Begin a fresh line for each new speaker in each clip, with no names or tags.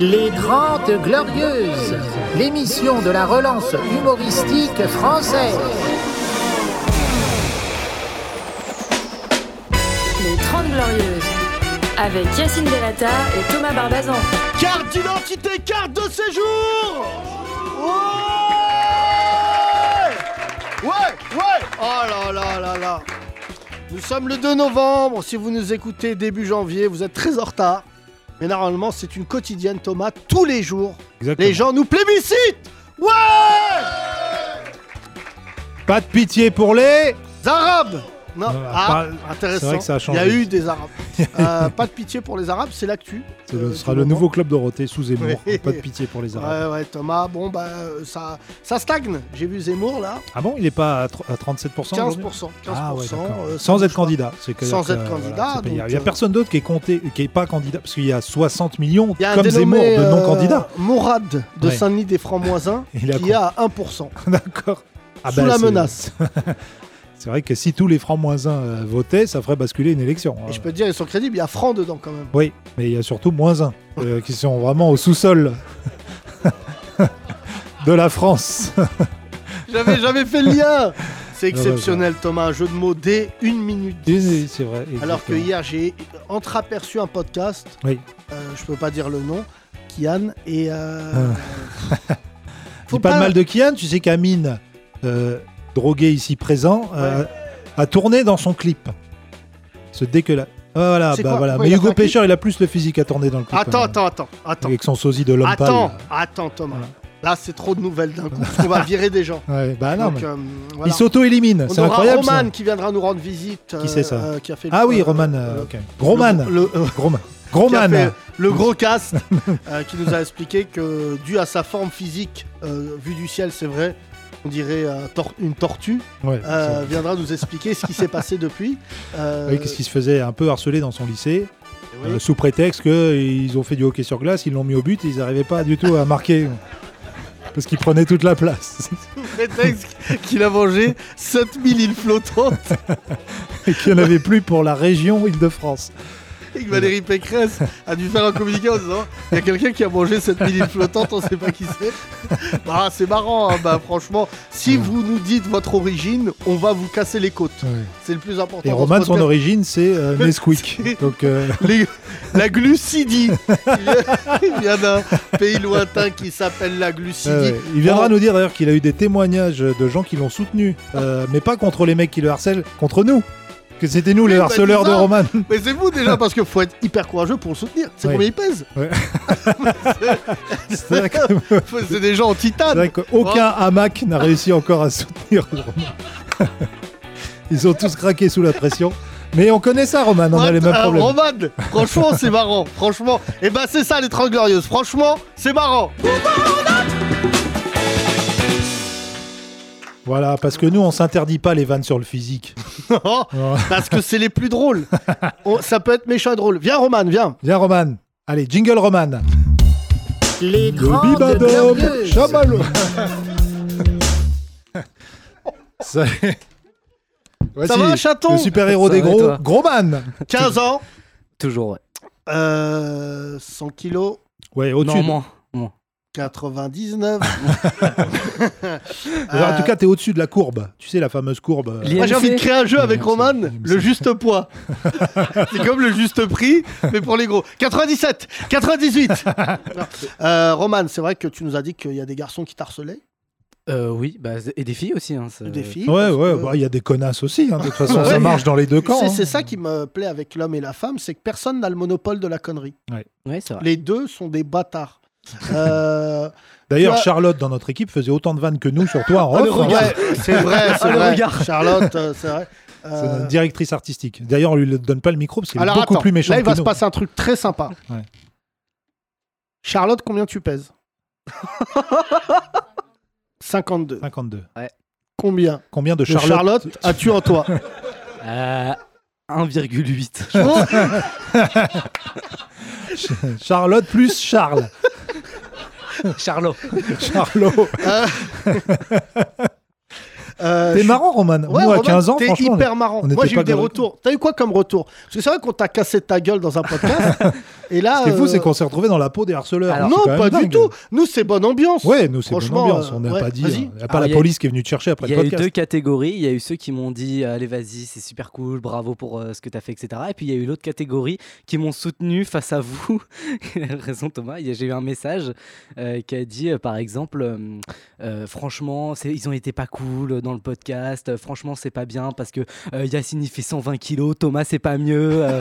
Les Grandes Glorieuses, l'émission de la relance humoristique française.
Les 30 Glorieuses, avec Yacine Delata et Thomas Barbazan.
Carte d'identité, carte de séjour Ouais Ouais, ouais Oh là là là là Nous sommes le 2 novembre, si vous nous écoutez début janvier, vous êtes très en retard. Mais normalement, c'est une quotidienne, Thomas, tous les jours.
Exactement.
Les gens nous plébiscitent Ouais
Pas de pitié pour les.
Arabes Non,
Non,
ah,
pas-
intéressant.
c'est vrai que ça a changé.
Il y a eu des Arabes. Euh, pas de pitié pour les Arabes, c'est l'actu.
Ce
euh,
sera
du
le
moment.
nouveau club Dorothée sous Zemmour.
Oui.
Pas de pitié pour les Arabes.
Ouais, ouais, Thomas, bon, bah, euh, ça, ça stagne. J'ai vu Zemmour, là,
Ah bon, il n'est pas à, tr- à 37
15%.
aujourd'hui
15%,
Ah ouais, d'accord.
euh,
sans être
bouge pas.
candidat. C'est que-
Sans
que,
être candidat,
c'est pas- Il n'y a,
donc,
il y a
euh,
personne d'autre qui est compté, qui est pas candidat, parce qu'il y a 60 millions
Il y a un
comme Zemmour
dénommé,
de
euh,
non candidats.
Morad de
Ouais.
Saint-Denis des Francs-Moisins,
Il a
qui est à 1%.
D'accord. Ah
sous
bah,
la
c'est-
menace.
C'est vrai que si tous les francs moins 1 votaient, ça ferait basculer une élection. hein.
Et je peux te dire, ils sont crédibles, il y a francs dedans quand même.
Oui, mais il y a surtout moins 1 qui sont vraiment au sous-sol de la France.
J'avais jamais fait le lien C'est
bah,
exceptionnel, Thomas, un jeu de mots dès 1 minute 10.
C'est vrai.
Alors que
exactement.
hier, j'ai entreaperçu un podcast,
Oui.
euh, je peux pas dire le nom, Kian, et. euh,
Dis pas, de mal de Kian, tu sais qu'Amine, euh, drogué ici présent, euh, a tourné dans son clip. Ce dégueulasse. Ah, Voilà,
C'est
bah
quoi
voilà.
Pourquoi
Mais
il a fait
Hugo
un clip
Pêcheur, il a plus le physique à tourner dans le clip.
Attends,
hein,
attends, attends, attends.
Avec son sosie de l'homme pâle.
Attends, attends, Thomas.
Voilà.
Là, c'est trop de nouvelles d'un coup, on va virer des gens.
Ouais, bah non,
Donc,
mais
euh, voilà.
il s'auto-élimine.
On
C'est
aura
incroyable. ça.
Roman qui viendra nous rendre visite. euh,
c'est ça
euh, qui a fait
Ah oui,
euh,
Roman.
euh,
euh, ok.
le-
Groman.
le- euh,
Groman.
qui a
Groman.
fait le gros cast euh, qui nous a expliqué que, dû à sa forme physique, euh, vue du ciel, c'est vrai, on dirait euh, tor- une tortue,
Ouais,
euh, viendra nous expliquer ce qui s'est passé depuis. Euh,
c'est- oui, Qu'est-ce qui se faisait un peu harceler dans son lycée
Eh oui.
euh, sous prétexte qu'ils ont fait du hockey sur glace, ils l'ont mis au but et ils n'arrivaient pas du tout à marquer parce qu'ils prenaient toute la place.
prétexte qu'il a mangé 7000 îles flottantes
et qu'il n'y en avait plus pour la région Île-de-France.
et que Valérie Pécresse a dû faire un communiqué en disant il y a quelqu'un qui a mangé 7000 îles flottantes, on sait pas qui c'est. Bah, c'est marrant, hein, bah, franchement, si vous nous dites votre origine, on va vous casser les côtes. C'est le plus important.
Et
dans ce
Roman, son
podcast.
origine, c'est euh, Nesquik.
C'est-
Donc, euh,
Les- la glucidie. Il vient- Il vient d'un pays lointain qui s'appelle la glucidie.
euh, il viendra
Oh.
nous dire d'ailleurs qu'il a eu des témoignages de gens qui l'ont soutenu, euh, mais pas contre les mecs qui le harcèlent, contre nous. Que c'était nous
Oui,
les
bah,
harceleurs
c'est
de
ça.
Roman.
Mais c'est vous déjà parce qu'il faut être hyper courageux pour le soutenir. C'est
Ouais.
combien il pèse
Ouais. C'est vrai que- c'est
C'est des gens en titane.
vrai qu'aucun hamac n'a réussi encore à soutenir Roman. Ils ont tous craqué sous la pression. Mais on connaît ça, Roman, on a les mêmes
Euh,
problèmes.
Roman, franchement, c'est marrant. Franchement, et ben c'est ça les 30 glorieuses. Franchement, c'est marrant.
Voilà, parce que nous, on s'interdit pas les vannes sur le physique.
Non, Oh,
Oh.
parce que c'est les plus drôles. On- ça peut être méchant et drôle. Viens, Roman, viens.
Viens, Roman. Allez, jingle, Roman.
Les
Le
Grandes
bibadom
Glorieuses.
chamallow. Ça, Voici
va, chaton
Le super-héros
Ça
des
va, et
gros,
toi
gros man.
15 ans,
Toujours, ouais.
euh, 100 kilos,
Ouais,
Non,
au-dessus. de-
moins. moins.
99.
Euh, En tout cas, t'es au-dessus de la courbe. Tu sais, la fameuse courbe. euh,
Lié-
Moi j'ai envie de
IMC.
créer un jeu avec
IMC,
Roman,
IMC.
le juste poids. c'est comme le juste prix, mais pour les gros. 97, 98. Non. Euh, Roman, c'est vrai que tu nous as dit qu'il y a des garçons qui t'harcelaient,
Euh, oui, bah, et des filles aussi. Hein, ça-
des filles.
Ouais,
parce
ouais, bah,
que-
il y a des connasses aussi. hein. De toute façon,
Ouais.
ça marche dans les deux
Tu
camps.
sais,
hein.
c'est ça qui me plaît avec l'homme et la femme, c'est que personne n'a le monopole de la connerie.
Ouais, c'est vrai.
Les deux sont des bâtards. Euh,
D'ailleurs,
Tu as-
Charlotte, dans notre équipe, faisait autant de vannes que nous sur toi en
ah,
off,
le
hein.
regard, c'est vrai, c'est
Ah, le
vrai.
regard.
Charlotte, euh, c'est vrai.
C'est
Euh,
notre directrice artistique. D'ailleurs, on lui donne pas le micro parce qu'il est
Alors
beaucoup
attends,
plus méchant
là il
que
va se
nous.
passer un truc très sympa.
Ouais.
Charlotte, combien tu pèses 52.
52.
Combien
Combien de
de Charlotte,
Charlotte,
as-tu en toi
Euh, 1,8.
Oh Charlotte plus Charles.
Charlot.
Charlot.
Euh,
T'es
je-
marrant, Roman. Moi,
Ouais,
à
Roman,
15 ans,
t'es
franchement.
hyper marrant.
on
Moi,
était
j'ai
pas
eu des
gros.
retours. T'as eu quoi comme retour Parce que c'est vrai qu'on t'a cassé ta gueule dans un podcast. et là,
Ce qui est fou,
euh,
c'est qu'on s'est retrouvé dans la peau des harceleurs.
Alors,
C'est
non,
quand même
pas du
dingue.
tout. Nous, c'est bonne ambiance.
Ouais, nous, c'est bonne
Franchement,
ambiance.
euh,
On n'a
ouais,
pas dit.
vas-y.
Ah, Il n'y a pas
Alors,
hein. la
Ah, y a-
police qui est venue te chercher après
Il y
le
a eu
podcast.
deux catégories. Il y a eu ceux qui m'ont dit euh, Allez, vas-y, c'est super cool, bravo pour euh, ce que tu as fait, etc. Et puis il y a eu l'autre catégorie qui m'ont soutenu face à vous. raison, Thomas. Il y a- J'ai eu un message euh, qui a dit, euh, par exemple, euh, Euh, Franchement, c'est- ils ont été pas cool euh, dans le podcast. Euh, franchement, c'est pas bien parce que euh, Yacine il fait 120 kilos, Thomas c'est pas mieux. Euh,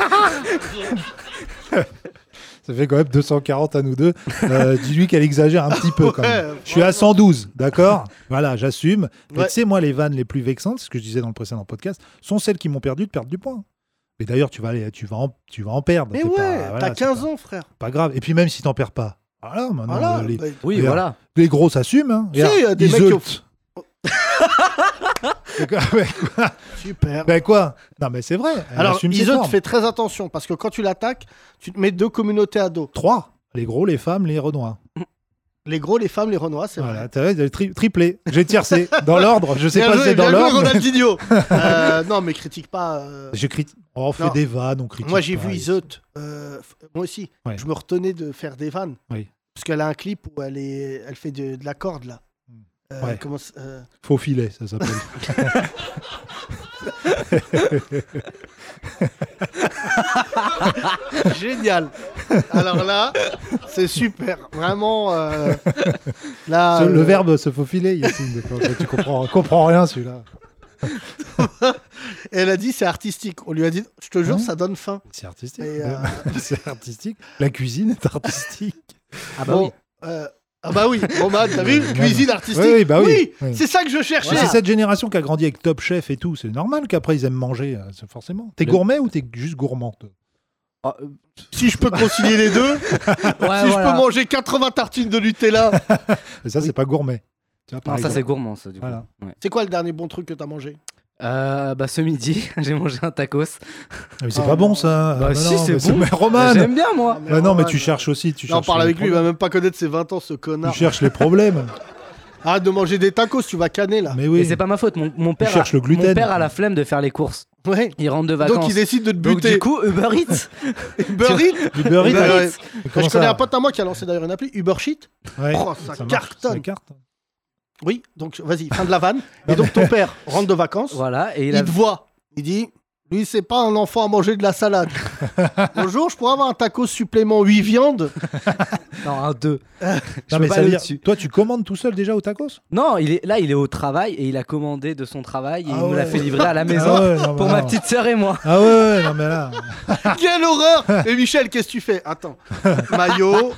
Ça fait quand même 240 à nous deux. Euh, Dis-lui qu'elle exagère un petit peu quand même.
Ouais,
Je suis à 112, d'accord Voilà, j'assume. Mais
Ouais.
tu sais, moi, les vannes les plus vexantes, c'est ce que je disais dans le précédent podcast, sont celles qui m'ont perdu de perdre du point. Mais d'ailleurs, tu vas, aller, tu, vas en, tu vas en perdre.
Mais
T'es
ouais,
pas- voilà,
t'as
c'est
15
pas-
ans, frère.
Pas grave. Et puis même si t'en perds pas. Voilà, maintenant,
Voilà.
les,
bah,
oui,
Regarde.
voilà.
les gros s'assument. Hein.
Si, il y a des
ils
mecs qui ont-
zeutent. Mais quoi- mais quoi,
super.
mais quoi Non, mais c'est vrai. elle
Alors,
assume ses
Iso, tu
formes.
fais très attention parce que quand tu l'attaques, tu te mets deux communautés à dos.
Trois. Les gros, les femmes, les renois.
Les gros, les femmes, les renois, c'est vrai.
Voilà, t'as vu, tri- triplé. J'ai tiercé. Dans l'ordre. Je sais
Bien
pas si
joué,
c'est dans
bien joué,
l'ordre. mais-
Ronaldinho. Euh, non, mais critique pas. euh,
Je crit- Oh, on fait
Non.
des vannes, on critique.
Moi, j'ai
pas,
vu
et-
Iseut. moi aussi.
Ouais.
Je me retenais de faire des vannes.
Oui.
Parce qu'elle a un clip où elle, est... elle fait de, de la corde, là. Euh,
Ouais.
comment c'est- euh,
Faux filet, ça s'appelle.
Génial. Alors là, c'est super. Vraiment. euh, Là,
Ce- le
euh,
verbe se faux filet, Yacine. de- quand- tu comprends, comprends rien, celui-là.
Elle a dit c'est artistique. On lui a dit, je te jure,
Hein
ça donne faim.
C'est artistique.
Et, euh,
C'est artistique. La cuisine est artistique.
Ah bah
bon,
oui.
euh, ah bah oui, Roman, t'as vu
Ouais,
Cuisine artistique.
Oui, oui, bah oui. Oui.
c'est ça que je
Mais
cherchais.
C'est cette génération qui a grandi avec Top Chef et tout. C'est normal qu'après, ils aiment manger, euh, c'est forcément. T'es
Le-
gourmet ou t'es juste gourmand toi
Ah, euh,
Si je peux concilier les deux,
ouais,
si je
voilà.
peux manger 80 tartines de Nutella.
Mais Ça, c'est pas gourmet. Tu vois, par
Non, Ah, ça c'est
exemple.
gourmand ça du coup.
Voilà.
Ouais.
C'est quoi le dernier bon truc que t'as mangé
Euh, bah ce midi j'ai mangé un tacos.
Mais c'est
Ah,
pas bon,
non.
ça.
Bah,
Ah,
si,
non,
c'est
mais
bon.
mais Roman
J'aime bien moi.
Bah non, mais
Ah, Roman,
tu cherches aussi. Tu
Là, on
cherches
parle
les
avec lui, il va
problèmes.
même pas connaître ses 20 ans, ce connard.
Tu cherches les problèmes.
Arrête de manger des tacos, tu vas canner là.
Mais
Et
oui.
c'est pas ma faute. Mon, mon père.
cherches
a,
le gluten.
Mon père a la flemme de faire les courses.
Ouais.
Il rentre de vacances.
Donc il décide de te
Donc,
buter.
du coup Uber Eats.
Uber Eats
Du beurre,
Uber
il-
Eats.
Comment
Je connais
ça
un pote à moi qui a lancé d'ailleurs une appli, Uber Sheet.
Ouais.
Oh, ça
marche,
cartonne.
ça cartonne.
Oui, donc vas-y, fin de la vanne. Et donc ton père rentre de vacances,
voilà. Et il,
il,
a-
te voit, il dit Lui, c'est pas un enfant à manger de la salade. Bonjour, je pourrais avoir un taco supplément 8 viandes
non un deux. Je
Ah. Non,
peux
mais
pas
ça
aller
veut dire-
au-dessus.
toi, tu commandes tout seul déjà au tacos
Non, il est là, il est au travail et il a commandé de son travail et
Ah
il nous l'a
ouais.
fait livrer à la maison
Ah ouais, non, mais
pour ma
non.
petite sœur et moi.
Ah ouais, ouais, non, mais là.
Quelle horreur Et Michel, qu'est-ce que tu fais Attends. Maillot,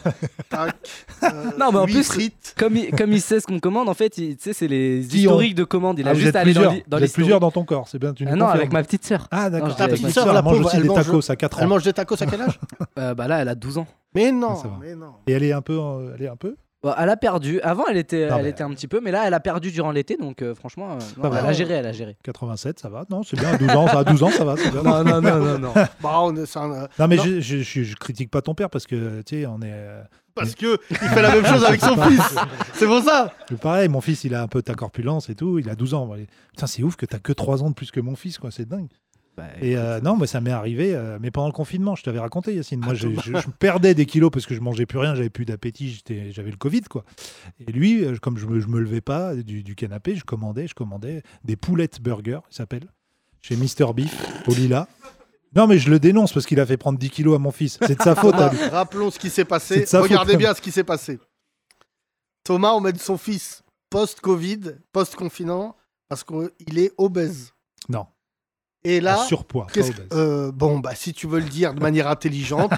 tac. euh,
Non, mais en
huit
plus-
frites.
Comme il, comme il sait ce qu'on commande, en fait, il- tu sais, c'est les
Qui
historiques de commande. Il a
Ah, vous
juste
êtes
à aller dans
plusieurs.
l'hi- dans
Vous êtes
l'historique.
plusieurs dans ton corps, c'est bien, tu nous
Ah non,
confirmes.
avec ma petite sœur.
Ah d'accord,
Non, je
ta
dis
petite
avec
sœur
ma
elle
sœur,
mange
la
aussi
pauvre,
des
elle mange-
tacos à 4
Elle
ans.
mange des tacos à quel âge
Euh, bah là, elle a 12 ans.
Mais
Ah,
non,
ça va.
mais non.
Et elle est un peu, euh, elle est un peu.
Bon, Bah, elle a perdu. Avant, elle était,
Non,
elle
mais-
était un petit peu, mais là, elle a perdu durant l'été, donc euh, franchement, euh, non,
pas
elle
mal.
a géré, elle a géré.
87, ça va. Non, c'est bien. À 12 ans, ça, à 12 ans, ça va. c'est bien. Non,
non, non, non, non.
Bah, on est- c'est un, euh,
mais
Non.
Je, je, je- je critique pas ton père parce que tu sais, on est. euh,
Parce que il fait la même chose avec son fils. C'est pour ça.
c'est pareil, mon fils, il a un peu ta corpulence et tout. Il a 12 ans. voilà. Putain, c'est ouf que t'as que 3 ans de plus que mon fils, quoi. C'est dingue. Et euh, non, moi, ça m'est arrivé, euh, mais pendant le confinement, je t'avais raconté, Yacine. Moi, je, je- je perdais des kilos parce que je mangeais plus rien, j'avais plus d'appétit, j'étais- j'avais le Covid, quoi. Et lui, euh, comme je me, je me levais pas du, du canapé, je commandais, je commandais des poulettes burger, il s'appelle, chez Mr Beef, au Lila. Non, mais je le dénonce parce qu'il a fait prendre 10 kilos à mon fils. C'est de sa faute, à lui.
Thomas, rappelons ce qui s'est
C'est
passé.
de sa faute,
Regardez
Thomas.
bien ce qui s'est passé. Thomas emmène son fils post-Covid, post-confinement, parce qu'il est obèse.
Non.
Et là,
En surpoids. pas
qu'est-ce que-
obèse.
euh, bon, bah, si tu veux le dire de manière intelligente,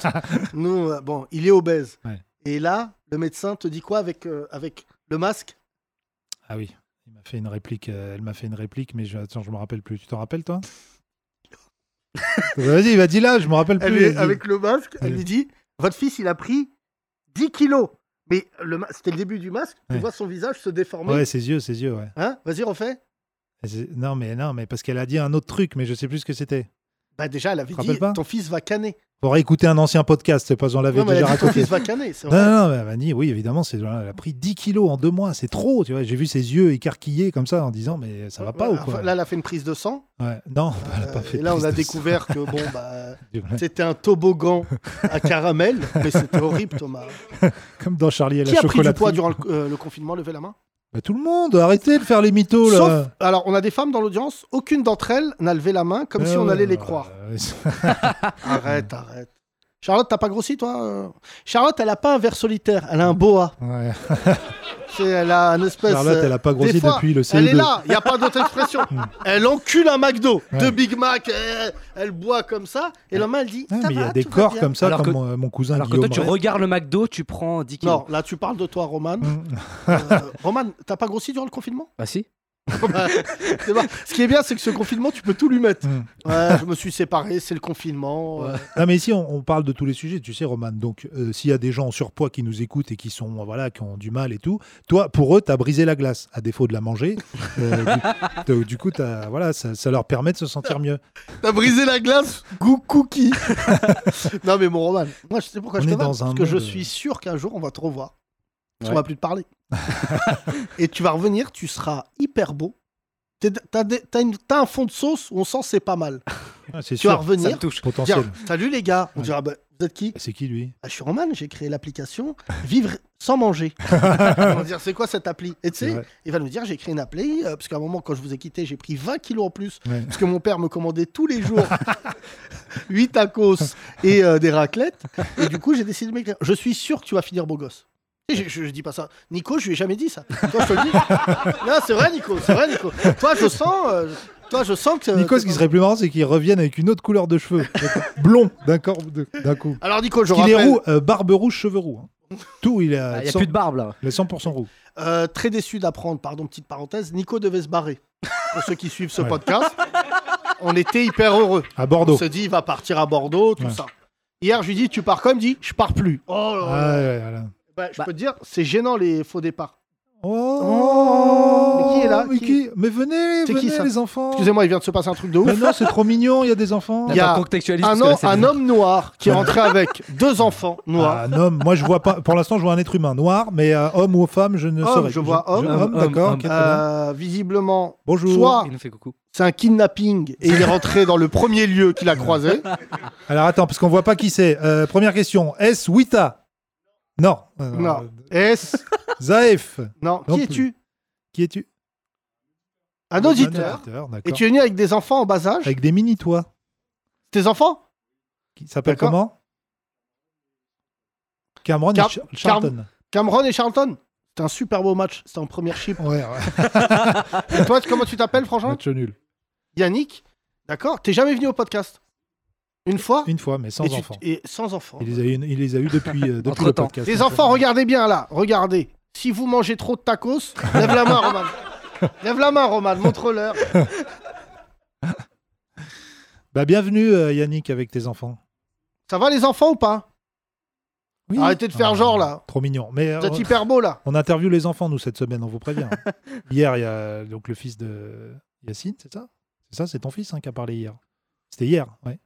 nous, euh, bon, il est obèse.
Ouais.
Et là, le médecin te dit quoi avec, euh, avec le masque
Ah oui. Il m'a fait une réplique, euh, elle m'a fait une réplique, mais je, attends, je me rappelle plus. Tu t'en rappelles, toi Vas-y, vas-y là, je me rappelle
elle
plus.
est,
vas-y.
avec le masque, elle
Oui.
lui dit Votre fils, il a pris 10 kilos. Mais le ma- c'était le début du masque,
Ouais.
tu vois son visage se déformer.
Ouais, ses yeux, ses yeux, ouais.
Hein Vas-y, refais.
Et c'est- Non, mais non, mais parce qu'elle a dit un autre truc, mais je sais plus ce que c'était.
Bah, déjà, elle avait
Te rappelles
dit
pas
Ton fils va canner.
Faudra écouter un ancien podcast, c'est pas on l'avait
Non, mais
déjà
elle a dit qu'on
raconté. Ben,
se va canner, c'est
Non,
vrai.
non, non, elle m'a dit, oui, évidemment, c'est, elle a pris 10 kilos en deux mois, c'est trop, tu vois. J'ai vu ses yeux écarquillés comme ça en disant, mais ça va pas
Ouais,
ou quoi
enfin, Là, elle a fait une prise de sang.
Ouais. Non, elle a pas
euh,
fait
et
de
là, on
prise
a
de
découvert que bon, bah,
sang.
c'était un toboggan à caramel, mais c'était horrible, Thomas.
Comme dans Charlie et
Qui
la
a pris du
chocolaterie.
poids durant le, euh, le confinement Levez la main.
Bah, tout le monde, arrêtez de faire les mythos, là.
Sauf, alors, on a des femmes dans l'audience. Aucune d'entre elles n'a levé la main, comme
Ouais,
si on
ouais,
allait les
ouais,
croire.
Euh, ouais, c'est-
Arrête, arrête. Charlotte, t'as pas grossi, toi euh Charlotte, elle a pas un verre solitaire, elle a un boa.
ouais.
C'est- Elle a une espèce.
Charlotte,
euh,
elle a pas grossi
des fois,
depuis le E
Elle
CE2.
est là, il n'y a pas d'autre expression. elle encule un McDo,
Hmm. Ouais.
deux Big Mac, euh, elle boit comme ça, et le main, elle dit.
Ouais,
ça
mais il y
va,
a des
Ah bah, tout va
corps
bien.
comme ça,
Alors
comme euh,
que-
mon, mon cousin
Alors que
Ah, Guillaume.
toi, tu regardes le McDo, tu prends 10 kilos.
Non, là, tu parles de toi, Roman.
Mm.
Euh, Roman, t'as pas grossi durant le confinement
Ah si
C'est bon. Ce qui est bien, c'est que ce confinement, tu peux tout lui mettre.
Mm.
Ouais, je me suis séparé, c'est le confinement. euh,
Non, mais ici, on, on parle de tous les sujets, tu sais, Roman. Donc, euh, s'il y a des gens en surpoids qui nous écoutent et qui sont, euh, voilà, qui ont du mal et tout, toi, pour eux, t'as brisé la glace, à défaut de la manger. Euh, du, t'as- du coup, t'as- voilà, ça, ça leur permet de se sentir mieux.
T'as brisé la glace, goût cookie. non mais mon Roman, moi je sais pourquoi
On
je te
est
parle,
dans
parce
un
que je
monde-
suis sûr qu'un jour on va te revoir.
Ouais.
Parce qu'on va plus te parler. Et tu vas revenir, tu seras hyper beau. T'es- T'as des- t'as une- t'as un fond de sauce où on sent c'est pas mal.
Ouais, Ah, c'est
Tu
sûr,
vas
Ça me
revenir,
touche.
potentiel.
dire salut les gars, on
Ouais.
dira bah, vous êtes qui
C'est qui, lui
Bah, Je suis Roman, j'ai créé l'application Vivre sans manger. on va dire c'est quoi cette appli Et tu
C'est
sais,
vrai.
il va nous dire j'ai créé une appli, euh, parce qu'à un moment quand je vous ai quitté j'ai pris 20 kilos en plus,
Ouais.
parce que mon père me commandait tous les jours 8 tacos et euh, des raclettes, et du coup j'ai décidé de maigrir. Je suis sûr que tu vas finir beau gosse. Et je, je- je dis pas ça. Nico, je lui ai jamais dit ça. Toi, je te le dis. non, c'est vrai, Nico. C'est vrai, Nico. Toi, je sens. euh, toi, je sens que.
Nico, ce qui serait plus marrant, c'est qu'il revienne avec une autre couleur de cheveux. Blond, d'un corps- de- d'un coup.
Alors, Nico, je
Il est
rappelle.
roux, euh, barbe rouge, cheveux roux. hein. Tout, il
Ah, Il
a,
n'y a
100
plus de barbe là.
il a 100% roux.
Euh, très déçu d'apprendre, pardon, petite parenthèse, Nico devait se barrer. Pour ceux qui suivent ce
Ouais.
podcast, on était hyper heureux.
À
On
Bordeaux.
se dit, il va partir à Bordeaux, tout
Ouais.
ça. Hier, je lui dis, tu pars quand Il me dit, je pars plus. Oh là là.
Ah, ouais, voilà.
Bah, je
Bah.
peux te dire, c'est gênant les faux départs.
Oh
Mais qui est là
Mais,
Qui-
qui mais venez,
C'est qui,
venez,
ça
les enfants
Excusez-moi, il vient de se passer un truc de
Mais
ouf.
non, c'est trop mignon, il y a des enfants.
Il y a
Attends, contextualise,
Un,
parce que là,
an-
c'est
un
bizarre.
homme noir qui est rentré avec deux enfants noirs.
Ah, un homme, moi je vois pas, pour l'instant je vois un être humain noir, mais euh, homme ou femme, je ne
Homme,
saurais.
je vois homme.
Homme,
d'accord.
homme,
ok, très bien.
Euh, visiblement,
Bonjour.
soit
Il nous fait coucou.
c'est un kidnapping et il est rentré dans le premier lieu qu'il a croisé.
Alors attends, parce qu'on voit pas qui c'est. Euh, première question, est-ce Wita Non. Euh,
Non. Est-ce
Zaef,
Non.
Non
Qui
plus.
es-tu
qui es-tu
Un auditeur.
d'accord.
Et tu es venu avec des enfants en bas âge
Avec des mini-toits.
Tes enfants
Qui s'appelle
D'accord.
comment Cameron
Car-
et Ch- Charlton.
Cameron et Charlton C'était un super beau match. C'était en première chip.
Ouais, ouais.
Et toi, tu- comment tu t'appelles, Franchement
Match nul.
Yannick D'accord T'es jamais venu au podcast Une fois
Une fois, mais sans
et tu-
enfants.
et sans enfants.
Il les a, eu- il les a eu depuis, euh, depuis le
Entre-temps.
podcast.
Les enfants, regardez bien là. Regardez. Si vous mangez trop de tacos, lève la main, Roman. Lève la main, Roman. Montre-leur.
Bah, bienvenue euh, Yannick avec tes enfants.
Ça va, les enfants, ou pas Arrêtez de faire
Ah,
genre, là.
Trop mignon. Mais
Vous
euh,
êtes hyper beau, là.
on interviewe les enfants nous cette semaine, on vous prévient. hier, il y a donc le fils de Yacine, c'est ça C'est ça, c'est ton fils hein, qui a parlé hier. C'était hier, ouais.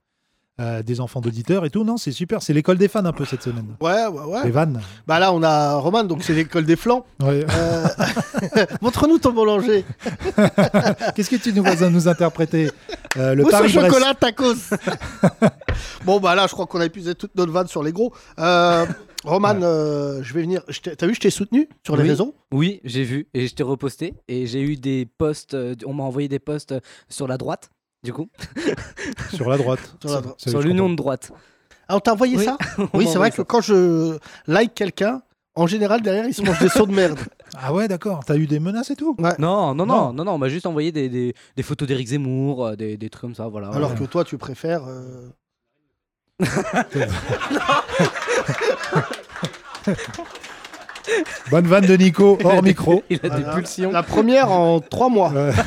Euh, des enfants d'auditeurs et tout. Non, c'est super. C'est l'école des fans un peu cette semaine.
Ouais, ouais, ouais.
Les vannes.
Bah là, on a Roman, donc c'est l'école des flancs.
Ouais.
Euh, Montre-nous ton boulanger.
Qu'est-ce que tu nous vas nous interpréter Euh, Le
Ou ce
Paris-Brest.
chocolat tacos. bon, bah là, je crois qu'on a épuisé toute notre vanne sur les gros. Euh, Roman, euh, je vais venir. Je t'ai- T'as vu, je t'ai soutenu sur les
Oui.
réseaux.
Oui, j'ai vu et je t'ai reposté et j'ai eu des posts. euh, on m'a envoyé des posts euh, sur la droite, du coup,
Sur la droite.
Sur la droite.
Salut,
sur
je
l'union
comprends.
de droite.
Ah, on t'a envoyé
Oui.
ça
On
Oui,
m'a
c'est vrai
envoyé
que
ça.
quand je like quelqu'un, en général, derrière, il se mange des sauts de merde.
Ah ouais, d'accord. T'as eu des menaces et tout
Non, non,
Non.
non, non, non, on m'a juste envoyé des, des, des photos d'Éric Zemmour, euh, des, des trucs comme ça, voilà.
Ah
Alors
Ouais.
que toi, tu préfères. euh,
Bonne vanne de Nico,
Il a
hors
des-
micro.
Il a des
voilà,
pulsions.
La première en trois mois.
Ouais.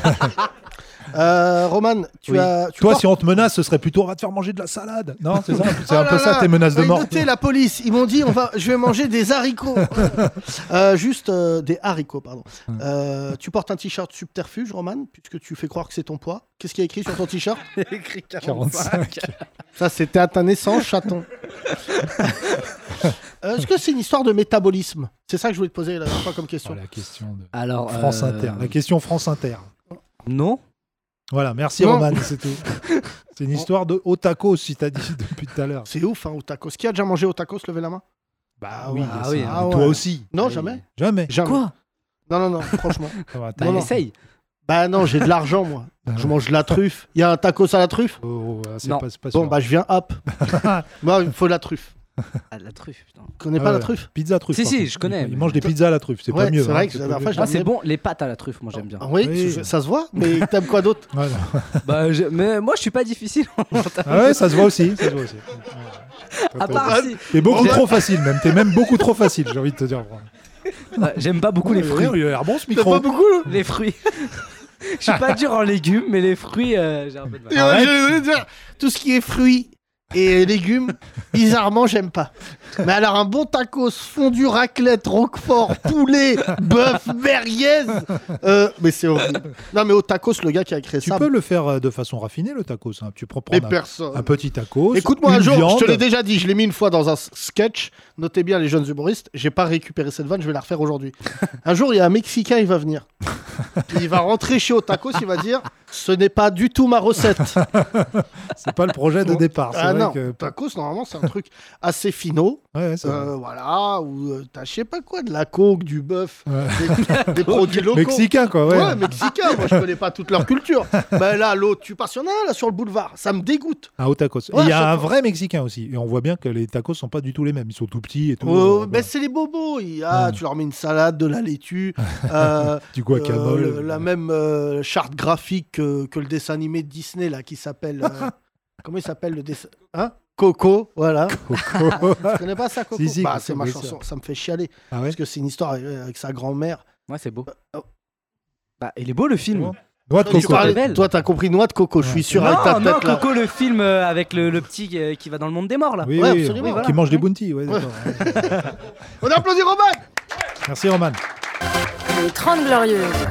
Euh, Roman, tu
Oui.
as. Tu
Toi,
portes-
si on te menace, ce serait plutôt on va te faire manger de la salade. Non, Ah, c'est ça C'est
Oh
un
là
peu ça
là,
tes menaces de
feuille
mort.
notée, la police, ils m'ont dit on va, je vais manger des haricots. Euh, juste euh, des haricots, pardon.
Hum.
Euh, tu portes un t-shirt subterfuge, Roman, puisque tu fais croire que c'est ton poids. Qu'est-ce qu'il y a écrit sur ton t-shirt
Écrit
45.
Ça, c'était à ta naissance, chaton. Euh, Est-ce que c'est une histoire de métabolisme C'est ça que je voulais te poser la dernière fois comme
Oh,
question.
la question de
Alors,
France
euh,
Inter. La question France Inter.
Non.
Voilà, merci
Non.
Roman, c'est tout. C'est une histoire de haut tacos, si t'as dit depuis tout à l'heure.
C'est ouf, hein, au tacos. Qui a déjà mangé au tacos Levez la main.
Bah oui,
Ah
ça.
oui,
Et
ah
toi
ouais.
aussi.
Non,
Oui.
jamais.
Jamais.
Jamais.
Quoi
non, non, non, franchement.
Ça va,
Bah,
Ah, t'as-
essaye.
bah non, j'ai de l'argent, moi. Je mange de la truffe. Il y a un tacos à la truffe
Oh, oh, c'est
Non.
pas, c'est pas
Bon,
sûr.
bah je viens, hop. Moi, il me faut de la truffe.
Ah, la truffe, putain.
Tu connais
Ah
pas la
ouais.
truffe
Pizza à truffe.
Si,
par
si,
contre.
je connais,
Il
mais-
mange des pizzas à la truffe, c'est pas
Ouais,
mieux. hein.
c'est vrai que la dernière fois,
pas
j'en
Ah,
mieux.
c'est
J'aimerais-
bon, les pâtes à la truffe, moi j'aime bien.
Ah Oui,
Oui.
je- ça se voit, mais t'aimes quoi d'autre
Voilà.
bah, je- Mais moi je suis pas difficile.
Ah ouais, ça se voit aussi. Ça se voit aussi.
à part si.
T'es beaucoup
Ouais.
trop facile, même. T'es même beaucoup trop facile, j'ai envie de te dire. Oh,
Ouais, Bah, j'aime pas beaucoup les fruits.
Il a l'air bon ce
T'aimes
micro.
pas beaucoup
Les fruits. Je suis pas dur en légumes, mais les fruits, euh, j'ai un peu de
Et
mal.
ouais, je vais dire, Tout ce qui est fruits et légumes, bizarrement, j'aime pas. Mais alors, un bon tacos, fondu, raclette, roquefort, poulet, bœuf, merguez. euh, mais c'est horrible. Non, mais au tacos, le gars qui a créé
Tu
ça,
peux le faire euh, de façon raffinée, le tacos. hein. Tu prends
mais
prendre un,
personne.
un petit tacos.
Écoute-moi un
une
jour, je te l'ai
viande.
déjà dit, je l'ai mis une fois dans un s- sketch. Notez bien les jeunes humoristes, j'ai pas récupéré cette vanne, je vais la refaire aujourd'hui. un jour, il y a un Mexicain, il va venir. Il va rentrer chez Otakos, il va dire Ce n'est pas du tout ma recette.
C'est pas le projet de départ. c'est
ah
vrai
non,
que-
Tacos, normalement, c'est un truc assez finot.
Ouais, ouais, c'est vrai.
euh, voilà, ou euh, t'as je sais pas quoi, de la coke, du bœuf,
Ouais.
des, des produits locaux.
Mexicain, quoi.
Ouais,
Ouais.
mexicain, moi je connais pas toute leur culture. Ben là, l'autre, tu passes, il y en a un là sur le boulevard, ça me dégoûte.
Un haut tacos. Et
Ouais,
il y
à chaque
a un
fois.
vrai Mexicain aussi. Et on voit bien que les tacos sont pas du tout les mêmes. Ils sont tout petits et tout.
Oh,
euh,
ben
voilà.
c'est les bobos. Il y a-
Ouais.
Tu leur mets une salade, de la laitue, euh,
Ah. Du guacamole.
euh, le- la même euh, charte graphique que, que le dessin animé de Disney là, qui s'appelle. euh, comment il s'appelle le dessin Hein Coco, voilà.
Coco.
Tu connais pas ça, Coco
Si, si,
Bah,
Coco,
c'est ma
bien
chanson, ça me fait chialer.
Ah ouais
Parce que c'est une histoire avec, avec sa grand-mère.
Ouais, c'est beau.
oh.
Bah, il est beau le film.
Noix de
Toi, tu
coco.
parlais-
Belle.
Toi, t'as compris Noix de Coco, je suis sûr avec ta
non,
tête
non,
là.
Coco, le film euh, avec le, le petit euh, qui va dans le monde des morts là.
Oui,
Ouais,
oui,
absolument,
oui,
voilà.
Qui mange des bounties. ouais, d'accord.
On applaudit Roman
Merci, Roman.
Les 30 Glorieuses.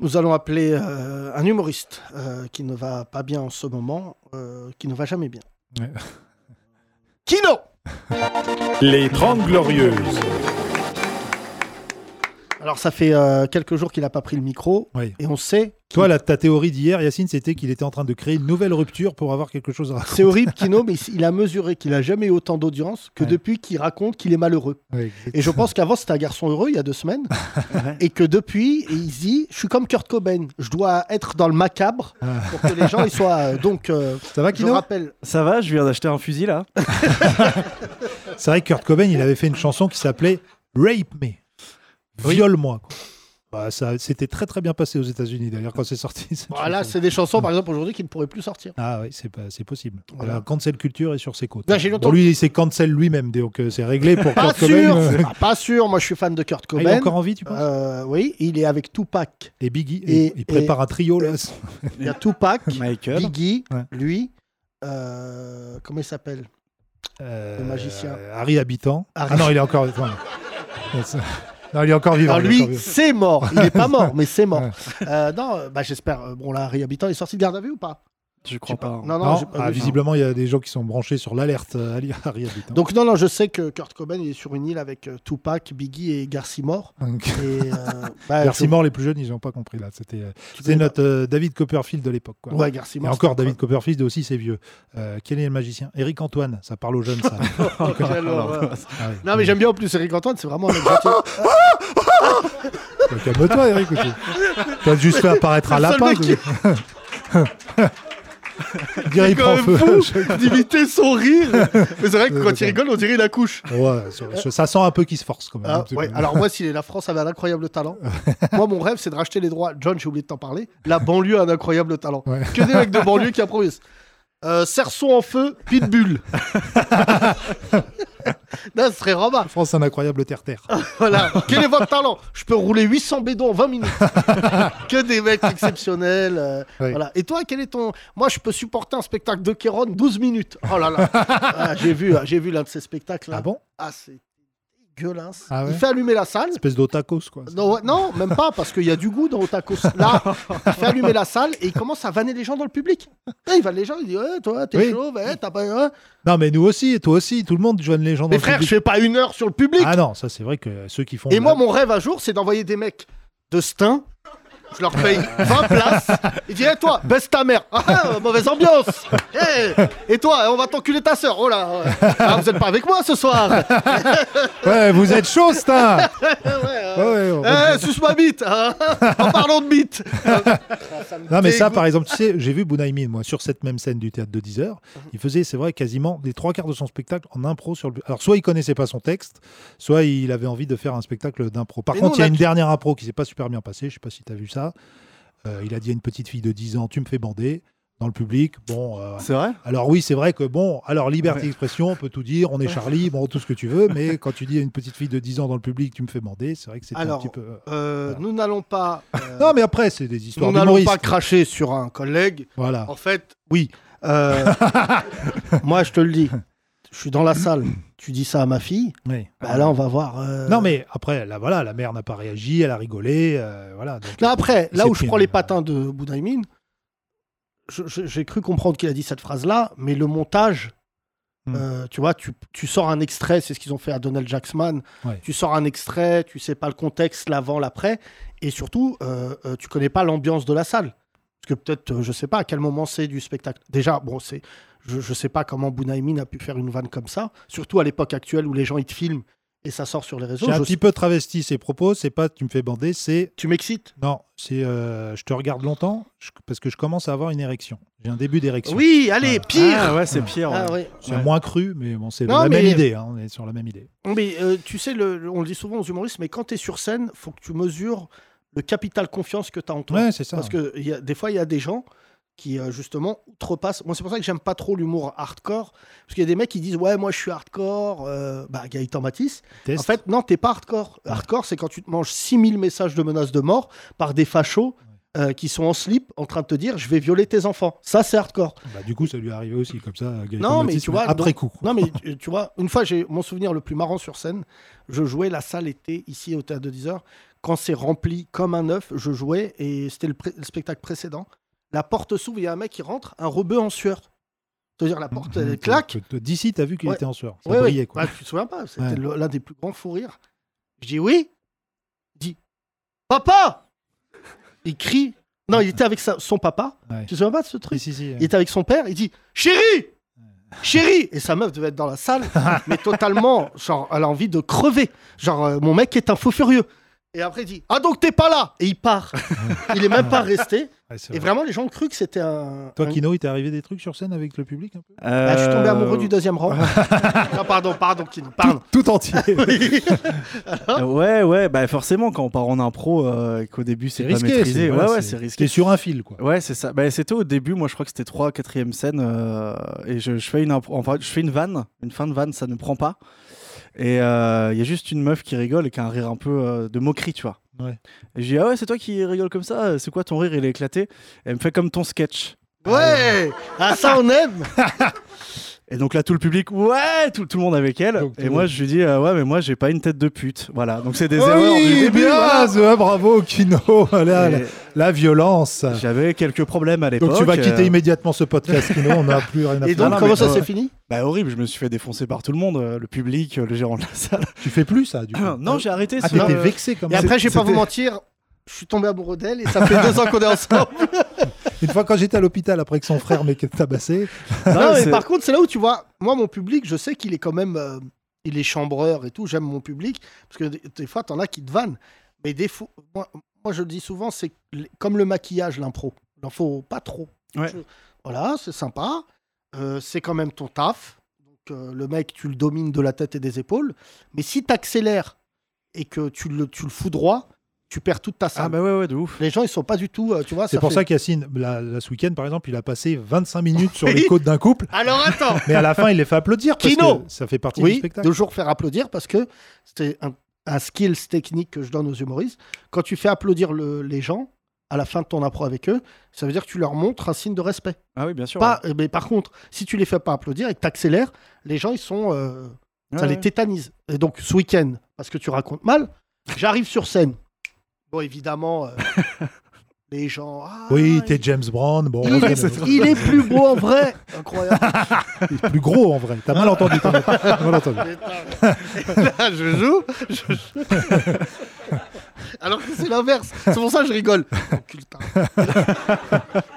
Nous allons appeler euh, un humoriste euh, qui ne va pas bien en ce moment, euh, qui ne va jamais bien.
Ouais.
Kino
Les 30 Glorieuses.
Alors, ça fait euh, quelques jours qu'il n'a pas pris le micro.
Oui.
Et on sait,
Toi, la, ta théorie d'hier, Yacine, c'était qu'il était en train de créer une nouvelle rupture pour avoir quelque chose à raconter.
c'est horrible, Kino, mais il a mesuré qu'il a jamais eu autant d'audience que
Ouais.
depuis qu'il raconte qu'il est malheureux.
Ouais,
Et je pense qu'avant, c'était un garçon heureux il y a deux semaines. et que depuis, il se dit Je suis comme Kurt Cobain, je dois être dans le macabre pour que les gens ils soient. euh, donc, euh,
Ça va,
je
Kino
rappelle.
Ça va, je viens d'acheter un fusil là.
C'est vrai que Kurt Cobain, il avait fait une chanson qui s'appelait Rape Me. Viole-moi. quoi. Bah, ça, c'était très très bien passé aux États-Unis d'ailleurs quand c'est sorti. cette
Voilà,
chanson.
c'est des chansons, par exemple, aujourd'hui qui ne pourraient plus sortir.
Ah oui, c'est pas- c'est possible.
Voilà.
La cancel culture est sur ses côtes.
Non, j'ai longtemps-
Bon, lui, il s'est cancel lui-même, donc euh, c'est réglé pour
Pas
Kurt Cobain.
sûr
euh,
Ah, Pas sûr, moi je suis fan de Kurt
ah, il a
Cobain.
encore envie, tu penses
Euh, oui, il est avec Tupac.
Et Biggie,
et-
il prépare un trio là.
Il y a Tupac,
Michael.
Biggie,
Ouais.
lui, euh, comment il s'appelle
Euh,
le magicien.
Harry Habitant.
Harry.
Ah non, il est encore. enfin, non, il est encore vivant. il est encore
Alors lui,
vivant.
c'est mort. Il n'est pas mort, mais c'est mort. Euh, non, euh, bah, j'espère. euh, Bon, là, Réhabitant est sorti de garde à vue ou pas
Je crois pas.
Non, non,
Non,
j'ai pas
ah,
vu.
visiblement, il y a des gens qui sont branchés sur l'alerte euh, Ali- Harry Habitant.
Donc, non, non, je sais que Kurt Cobain il est sur une île avec euh, Tupac, Biggie et Garcimore.
Donc,
Et, euh, bah,
Garcimore, les plus jeunes, ils n'ont pas compris là. C'était euh,
tu- tu
c'était
connais
notre euh, David Copperfield de l'époque.
pas-
quoi.
Ouais,
Et
Garcimore.
encore,
c'est
David Copperfield aussi, c'est vieux. Euh, quel est le magicien Eric Antoine, ça parle aux jeunes, ça.
incroyable. Oh, Quelle horreur.
Ah ouais.
Non, mais j'aime bien en plus Eric Antoine, c'est vraiment un mec gentil.
Bah, Calme-toi, Eric. aussi. T'as juste fait apparaître un
Le seul
lapin.
mec qui-
On dirait il
C'est quand
prend
même
feu.
fou d'imiter son rire. Mais c'est vrai que quand il rigole, on dirait la couche.
Ouais, ça- ça, ça sent un peu qu'il se force quand même. un
Ah,
petit
ouais.
peu.
Alors moi, si la France avait un incroyable talent, moi mon rêve c'est de racheter les droits. John, j'ai oublié de t'en parler. La banlieue a un incroyable talent.
Ouais.
Que des mecs de banlieue qui improvisent. Euh, Cerceau en feu, pitbull. Non, ce serait Romain.
France, un incroyable terre-terre.
Ah, Voilà. Quel est votre talent Je peux rouler 800 bédons en 20 minutes. que des mecs exceptionnels. euh,
Oui.
voilà. Et toi, quel est ton. Moi, je peux supporter un spectacle de Kéron 12 minutes. Oh là là. Ah, j'ai vu, j'ai vu l'un de ces spectacles. là.
Ah bon
Ah, c'est dégueulasse.
Ah ouais
Il fait allumer la salle.
Espèce d'otacos, quoi.
Non, ouais, non, même pas, parce qu'il y a du goût dans Otakos. Là, il fait allumer la salle et il commence à vanner les gens dans le public. Là, il vanne les gens, il dit Ouais, Toi, t'es
Oui.
chaud, t'as pas. hein.
Non, mais nous aussi, toi aussi, tout le monde joigne les gens
Mais
dans le
frère,
public.
je fais pas une heure sur le public.
Ah non, ça, c'est vrai que ceux qui font.
et
de
moi,
la-
mon rêve un jour, c'est d'envoyer des mecs de Stein. Je leur paye 20 places. Il dit Eh, Toi, baisse ta mère. Ah, ah, mauvaise ambiance. Eh, et toi, on va t'enculer ta soeur. Oh là, ouais. Ah, vous êtes pas avec moi ce soir.
Ouais, Eh, vous êtes chaud, Stin
Eh, ouais,
Ouais,
euh,
ouais, on-
eh, suce ma bite. hein. en parlant de bite.
Non, mais ça,
dégoûte.
par exemple, tu sais, j'ai vu Bunaimin, moi, sur cette même scène du théâtre de 10 heures.
Mhm.
Il faisait, c'est vrai, quasiment les trois quarts de son spectacle en impro sur le. Alors, soit il connaissait pas son texte, soit il avait envie de faire un spectacle d'impro. Par
Mais nous,
contre, il y a
on a
une
pu-
dernière impro qui s'est pas super bien passée. Je sais pas si tu as vu ça. Euh, il a dit à une petite fille de 10 ans Tu me fais bander dans le public. Bon, euh,
C'est vrai
alors oui, c'est vrai que bon, alors liberté d'expression, on peut tout dire, on est Charlie, bon, tout ce que tu veux, mais quand tu dis à une petite fille de 10 ans dans le public, tu me fais bander, c'est vrai que c'est un
Alors,
petit peu.
Euh,
Voilà.
Nous n'allons pas. euh,
Non, mais après, c'est des histoires
Nous n'allons
d'humoristes.
pas cracher sur un collègue.
Voilà.
En fait, oui. euh, moi, je te le dis. Je suis dans la salle. Tu dis ça à ma fille.
Oui.
Bah, là, on va voir. euh,
Non, mais après, là, voilà, la mère n'a pas réagi, elle a rigolé, euh, voilà. donc-
Là, après, là
C'est
où je
pire,
prends les
euh,
patins de Boudaimin, je- je- j'ai cru comprendre qu'il a dit cette phrase-là, mais le montage.
Hmm.
euh, tu vois, tu, tu sors un extrait, c'est ce qu'ils ont fait à Donald Jacksman.
Ouais.
Tu sors un extrait, tu sais pas le contexte, l'avant, l'après, et surtout, euh, euh, tu connais pas l'ambiance de la salle. Parce que peut-être, euh, je sais pas à quel moment c'est du spectacle. Déjà, bon, c'est, je, je sais pas comment Bounaimin a pu faire une vanne comme ça, surtout à l'époque actuelle où les gens ils te filment et ça sort sur les réseaux.
J'ai un
Je-
petit peu travesti ses propos, c'est pas tu me fais bander, c'est
Tu m'excites.
non, c'est euh, je te regarde longtemps je- parce que je commence à avoir une érection. J'ai un début d'érection.
Oui, allez, pire.
Ah ouais, c'est pire. ouais.
Ah ouais.
C'est
ouais.
moins cru, mais bon, c'est
Non,
la même
mais-
idée, hein, on est sur la même idée.
Mais euh, tu sais, le- le- on le dit souvent aux humoristes, mais quand tu es sur scène, faut que tu mesures le capital confiance que tu as en toi.
Ouais, c'est ça.
Parce que il y a- des fois, il y a des gens qui, euh, justement, outrepassent. Moi, c'est pour ça que j'aime pas trop l'humour hardcore. Parce qu'il y a des mecs qui disent Ouais, moi, je suis hardcore. euh, bah, Gaëtan Matisse.
Test.
En fait, non, t'es pas hardcore. Hardcore, c'est quand tu te manges 6000 messages de menaces de mort par des fachos. euh, qui sont en slip en train de te dire je vais violer tes enfants. Ça, c'est hardcore.
Bah, du coup, ça lui est arrivé aussi, comme ça, Gaëtan
Non, mais
Matisse,
tu vois,
après
donc-
coup.
Non, mais tu- tu vois, une fois, j'ai mon souvenir le plus marrant sur scène. Je jouais, la salle était ici au théâtre de 10 heures. Quand c'est rempli comme un œuf, je jouais et c'était le, pré- le spectacle précédent. La porte s'ouvre, il y a un mec qui rentre, un rebeu en sueur. C'est-à-dire, la porte, elle claque.
D'ici, Mmh, t'as vu qu'il
Ouais.
était en sueur. Ça
Ouais, ouais.
brillait, quoi.
Bah, tu te souviens pas, c'était
Ouais.
le- l'un des plus grands fous rires. Je dis oui. Il dit Papa Il crie. Non, il était avec sa- son papa.
Ouais.
Tu te souviens pas de ce truc
Si, si, si,
il est avec son père, il dit Chérie Chérie Et sa meuf devait être dans la salle, mais totalement, genre, elle a envie de crever. Genre, euh, mon mec est un faux furieux. Et après, il dit Ah, donc t'es pas là Et il part. il est même pas resté.
Ouais, c'est
Et
vrai.
vraiment, les gens ont cru que c'était un.
Toi,
un-
Kino, il t'est arrivé des trucs sur scène avec le public un peu
Euh,
Ah, je suis tombé amoureux du deuxième rang. non, pardon, pardon, Kino, pardon.
Tout entier.
Ah
Euh, Ouais, ouais, bah forcément, quand on part en impro euh, et qu'au début c'est
c'est
pas
risqué.
maîtrisé.
voilà,
ouais, ouais, c'est risqué.
T'es sur un fil, quoi.
Ouais, c'est ça. Bah, c'était au début, moi je crois que c'était 3 4 e scène. euh, et je, je fais une impro- enfin, je fais une vanne, une fin de vanne, ça ne prend pas. Et euh, il y a juste une meuf qui rigole et qui a un rire un peu euh, de moquerie, tu vois.
Ouais.
Et je dis, ah ouais, c'est toi qui rigole comme ça, c'est quoi ton rire, il est éclaté. Et elle me fait comme ton sketch.
Ouais Ah, ça, on aime
Et donc là, tout le public, ouais, tout, tout le monde avec elle.
Donc, tout
et
le
moi,
monde.
je lui dis, euh, ouais, mais moi, j'ai pas une tête de pute. Voilà, donc c'est des
Oui, eh
erreurs du début.
bien,
voilà.
ouais, bravo, Kino. Voilà, la,
Et
la violence.
J'avais quelques problèmes à l'époque.
Donc, tu vas quitter
euh,
immédiatement ce podcast, Kino. On n'a plus rien à
Et
faire.
donc,
Voilà,
non,
comment
mais-
ça
ouais.
s'est fini
Bah horrible, je me suis fait défoncer par tout le monde, euh, le public, euh, le gérant de la salle.
mais Tu fais plus ça, du coup.
non, j'ai arrêté.
Ah,
sinon,
t'étais
euh,
vexé comme
Et
ça.
après, je vais pas
C'était-
vous mentir, je suis tombé amoureux d'elle et ça fait deux ans qu'on est ensemble.
Une fois, quand j'étais à l'hôpital après que son frère m'ait tabassé,
non,
Non, mais
c'est-
par contre, c'est là où tu vois, moi, mon public, je sais qu'il est quand même. euh, il est chambreur et tout, j'aime mon public, parce que des, des fois, t'en as qui te vannent. Mais des fois, moi, moi, je le dis souvent, c'est que les- comme le maquillage, l'impro. Il en faut pas trop.
Ouais.
Je- Voilà, c'est sympa. Euh, c'est quand même ton taf. Donc, euh, le mec, tu le domines de la tête et des épaules. Mais si t'accélères et que tu le, tu le fous droit, tu perds toute ta salle.
Ah bah ouais, ouais, de ouf.
Les gens, ils sont pas du tout, euh, tu vois.
C'est pour
fait-
ça qu'Yacine, la, la ce week-end par exemple, il a passé 25 minutes sur les côtes d'un couple,
Alors attends,
mais à la fin il les fait applaudir parce
Kino
que ça fait partie du
oui,
spectacle.
toujours faire applaudir parce que c'est un, un skills technique que je donne aux humoristes. Quand tu fais applaudir le- les gens à la fin de ton impro avec eux, ça veut dire que tu leur montres un signe de respect.
Ah oui, bien sûr.
Pas, mais par contre, si tu les fais pas applaudir et que tu accélères, les gens ils sont, euh,
ouais.
ça
Ouais,
les
ouais.
tétanise. Et donc ce week-end, parce que tu racontes mal, j'arrive sur scène. Bon évidemment, euh, les gens. Ah,
Oui,
il-
t'es James Brown, bon,
il
heureusement,
est, il est plus beau en vrai. Incroyable.
il est plus gros en vrai. T'as mal entendu, t'as mal- t'as mal entendu.
Là, je joue. je joue. Alors que c'est l'inverse. C'est pour ça que je rigole. Encultin.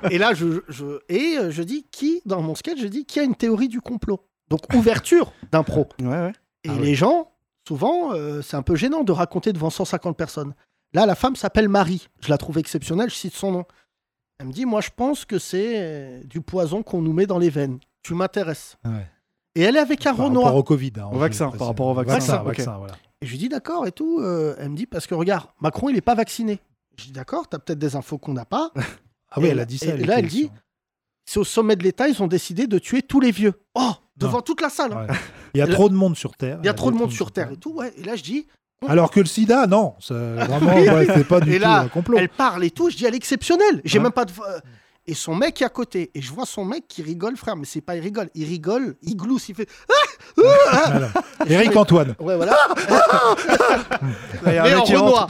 Et là, je, je- et euh, je dis qui, dans mon sketch, je dis qui a une théorie du complot. Donc, ouverture d'impro.
Ouais, ouais.
Et
Ah
les gens, souvent, euh, c'est un peu gênant de raconter devant 150 personnes. Là, la femme s'appelle Marie. Je la trouve exceptionnelle, je cite son nom. Elle me dit Moi, je pense que c'est euh, du poison qu'on nous met dans les veines. Tu m'intéresses.
Ouais.
Et elle est avec un
Par
Renoir.
rapport au Covid. hein,
Au
je
vaccin,
précise.
par rapport au vaccin.
Vaccin,
Ok.
vaccin, voilà.
Et je lui dis d'accord et tout. euh, elle me dit parce que regarde, Macron, il n'est pas vacciné. Je dis d'accord, t'as peut-être des infos qu'on n'a pas.
Ah oui,
Et
elle
là-
a dit
et
ça.
là, elle
était
dit,
sur-
C'est au sommet de l'État, ils ont décidé de tuer tous les vieux. Oh, devant toute la salle. hein.
Ouais. Il y a
Et là-
trop de monde sur Terre.
Il y a trop de monde sur Terre et tout. Ouais. Et là, je dis,
Alors que le sida, non, ça- Euh, vraiment, ouais, c'est pas du
Et
tout
là,
un complot. Hein
elle parle et tout. Je dis, elle est exceptionnelle. J'ai
Ouais.
même pas de. euh, Et son mec est à côté. Et je vois son mec qui rigole, frère. Mais c'est pas, il rigole. Il rigole, il glousse, il fait. Ah
Voilà. hein. Eric Antoine.
Ouais, voilà.
Là, y a un
Mais
mec
en
qui rentre.
Renoir.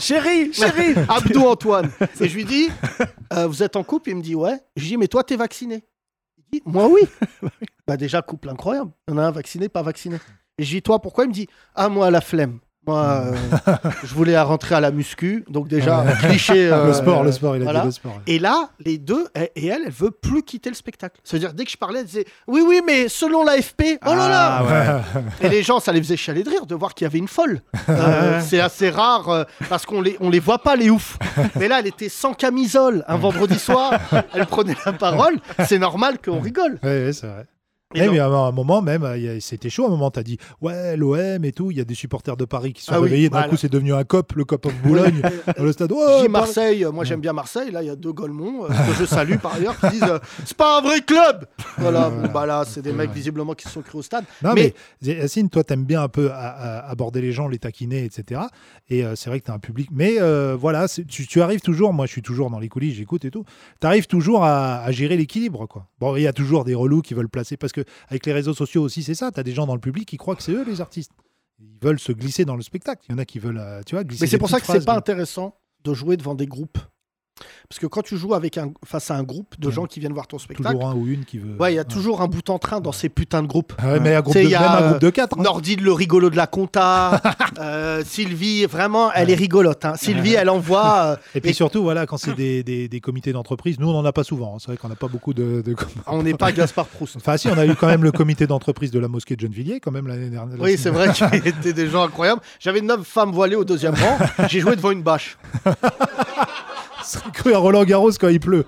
Chérie, chérie.
Abdou Antoine. Et je lui dis, euh, vous êtes en couple Il me dit, ouais. Je lui dis, mais toi, t'es vacciné Il dit, moi, oui. bah, déjà, couple incroyable. Il y en a un vacciné, pas vacciné. Et je lui dis, toi, pourquoi Il me dit, ah, moi, la flemme. Moi, euh, je voulais rentrer à la muscu. Donc, déjà, cliché. euh,
le sport, le sport, il a
voilà.
dit le sport.
Et là, les deux, et et elle, elle veut plus quitter le spectacle. C'est-à-dire, dès que je parlais, elle disait, oui, oui, mais selon l'AFP, oh là là
Ah, ouais.
et les gens, ça les faisait chialer de rire de voir qu'il y avait une folle. Euh, c'est assez rare euh, parce qu'on les, on les voit pas, les oufs. Mais là, elle était sans camisole un vendredi soir. Elle prenait la parole. C'est normal qu'on rigole.
Ouais, ouais, c'est vrai.
Et
Eh,
donc-
mais à un moment même, euh, il y a- c'était chaud. À un moment, t'as dit ouais, l'OM et tout. Il y a des supporters de Paris qui sont
Ah oui,
réveillés. D'un
voilà.
coup, c'est devenu un cop, le cop of Boulogne. dans le stade.
Je
Ouais, bah
dis
Paris.
Marseille, euh, moi j'aime bien Marseille. Là, il y a deux Golemont euh, que je salue par ailleurs qui disent euh, c'est pas un vrai club. Voilà, bon, bah là, c'est des mecs visiblement qui se sont crus au stade.
Non,
Mais-
mais, euh, Yacine, toi, t'aimes bien un peu à- à- aborder les gens, les taquiner, etc. Et euh, c'est vrai que t'as un public. Mais euh, voilà, c'est- tu, tu arrives toujours, moi je suis toujours dans les coulisses, j'écoute et tout. T'arrives toujours à, à gérer l'équilibre, quoi. Bon, il y a toujours des relous qui veulent placer, parce que avec les réseaux sociaux aussi, c'est ça. T'as des gens dans le public qui croient que c'est eux les artistes. Ils veulent se glisser dans le spectacle. Il y en a qui veulent, euh, tu vois, glisser.
Mais c'est
des
pour ça que
petites
c'est pas
phrases,
intéressant de jouer devant des groupes. Parce que quand tu joues avec un, face à un groupe de
Ouais.
gens qui viennent voir ton
mais
spectacle,
Toujours un ou une qui veut.
ouais, il y a toujours un bout en train dans ces putains de groupes.
Euh, Ah ouais, mais un groupe
Tu sais,
de,
il y a,
même un
euh,
groupe de quatre. hein.
Nordine, le rigolo de la compta. Euh, Sylvie, vraiment, elle est rigolote. hein. Sylvie, elle envoie. euh,
Et puis
et-
surtout, voilà, quand c'est des, des- des comités d'entreprise, nous on en a pas souvent. hein. C'est vrai qu'on n'a pas beaucoup de, de
on n'est pas Gaspard Proust.
Enfin, si, on a eu quand même le comité d'entreprise de la mosquée de Gennevilliers, quand même, l'année dernière. la
Oui, c'est
semaine-
vrai qu'il était des gens incroyables. J'avais neuf femmes voilées au deuxième rang. J'ai joué devant une bâche.
Ce serait cru à Roland Garros quand il pleut.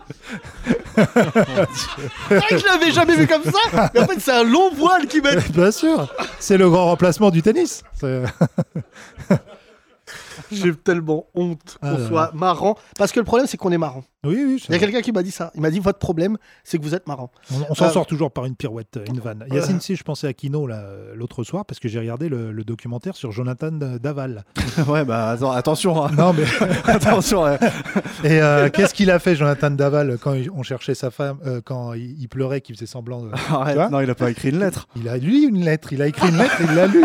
C'est vrai que je l'avais jamais vu comme ça. Mais en fait, c'est un long voile qui met.
Bien sûr, c'est le grand remplacement du tennis. C'est-
J'ai tellement honte qu'on
Ah là
soit marrant. Parce que le problème, c'est qu'on est marrant.
Oui, oui,
Il y a
c'est-
quelqu'un qui m'a dit ça. Il m'a dit Votre problème, c'est que vous êtes marrant.
on, on s'en
Euh,
sort toujours par une pirouette, euh, une vanne. Yacine, si je pensais à Kino là, euh, l'autre soir, parce que j'ai regardé le, le documentaire sur Jonathan euh, Daval.
Ouais, bah attends, attention, hein.
Non, mais
attention. ouais.
et euh, qu'est-ce qu'il a fait, Jonathan Daval, quand il- on cherchait sa femme, euh, quand il, il pleurait, qu'il faisait semblant de... Tu vois
Arrête, non, il a pas écrit une lettre.
Il a lu une lettre, il a écrit une lettre, il l'a lu.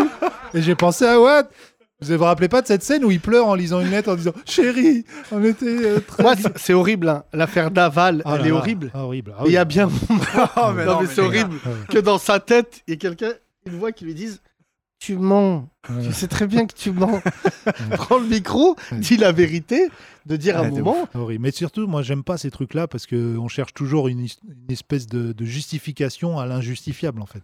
Et j'ai pensé à what Vous vous rappelez pas de cette scène où il pleure en lisant une lettre en disant Chérie, on était euh, très.
Moi, c'est- c'est horrible. hein. L'affaire Daval,
Ah là
elle est
là,
horrible.
ah, horrible. ah
Il y a
oui. Ah,
bien
Oh,
Non, mais c'est horrible que dans sa tête, il y ait quelqu'un, une voix qui lui dise Tu mens, tu sais très bien que tu mens. Prends le micro,
Hmm.
dis la vérité, de dire un
Ouais, de
moment.
Horrible. Mais surtout, moi, j'aime pas ces trucs-là parce que on cherche toujours une, his- une espèce de, de justification à l'injustifiable, en fait.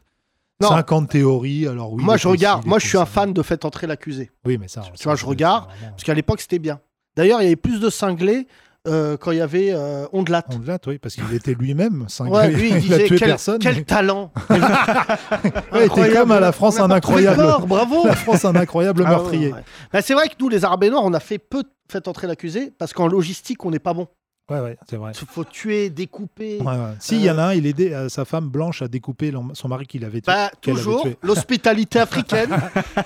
Non.
50 théories, alors oui.
moi,
il
je
est
regarde,
possible,
moi,
il est
je suis un
possible.
fan de Faites entrer l'accusé.
Oui, mais ça.
Tu vois, je regarde, Parce qu'à l'époque, c'était bien. D'ailleurs, il y avait plus de cinglés euh, quand il y avait euh, Ondelat.
On l'a, oui, parce qu'il était lui-même cinglé.
Ouais, lui, il
a
disait
tué
quel,
personne.
quel
mais-
talent
Ouais, il était
Incroyable.
comme à la France
On
un
a pas trouvé
incroyable.
corps, Bravo
La France un incroyable
Ah,
meurtrier.
ouais, ouais. Bah, c'est vrai que nous, les Arabes Noirs, on a fait peu de fait entrer l'accusé parce qu'en logistique, on n'est pas bon.
Ouais, ouais, c'est vrai.
Il faut tuer, découper.
Ouais, ouais. Si, il y en a un, il aidait euh, sa femme blanche à découper l'en- son mari qu'il avait tué.
Bah,
qu'elle avait
toujours
tué.
l'hospitalité africaine.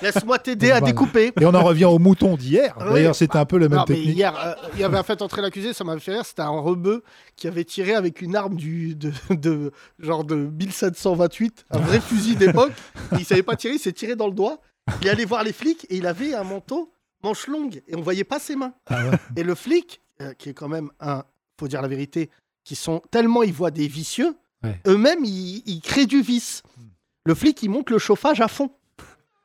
Laisse-moi t'aider à
Voilà.
découper.
Et on en revient au mouton d'hier.
Oui.
D'ailleurs, c'était un peu la même
Non, mais
technique.
hier, euh, il y avait un fait entrer l'accusé, ça m'a fait rire. C'était un rebeu qui avait tiré avec une arme du, de, de- genre de 1728, un vrai fusil d'époque. Il savait pas tirer, il s'est tiré dans le doigt. Il est allé voir les flics et il avait un manteau manche longue et on voyait pas ses mains.
Ah ouais.
Et le flic, euh, qui est quand même un, faut dire la vérité, qui sont tellement ils voient des vicieux,
Ouais.
eux-mêmes ils, ils créent du vice. Le flic il monte le chauffage à fond.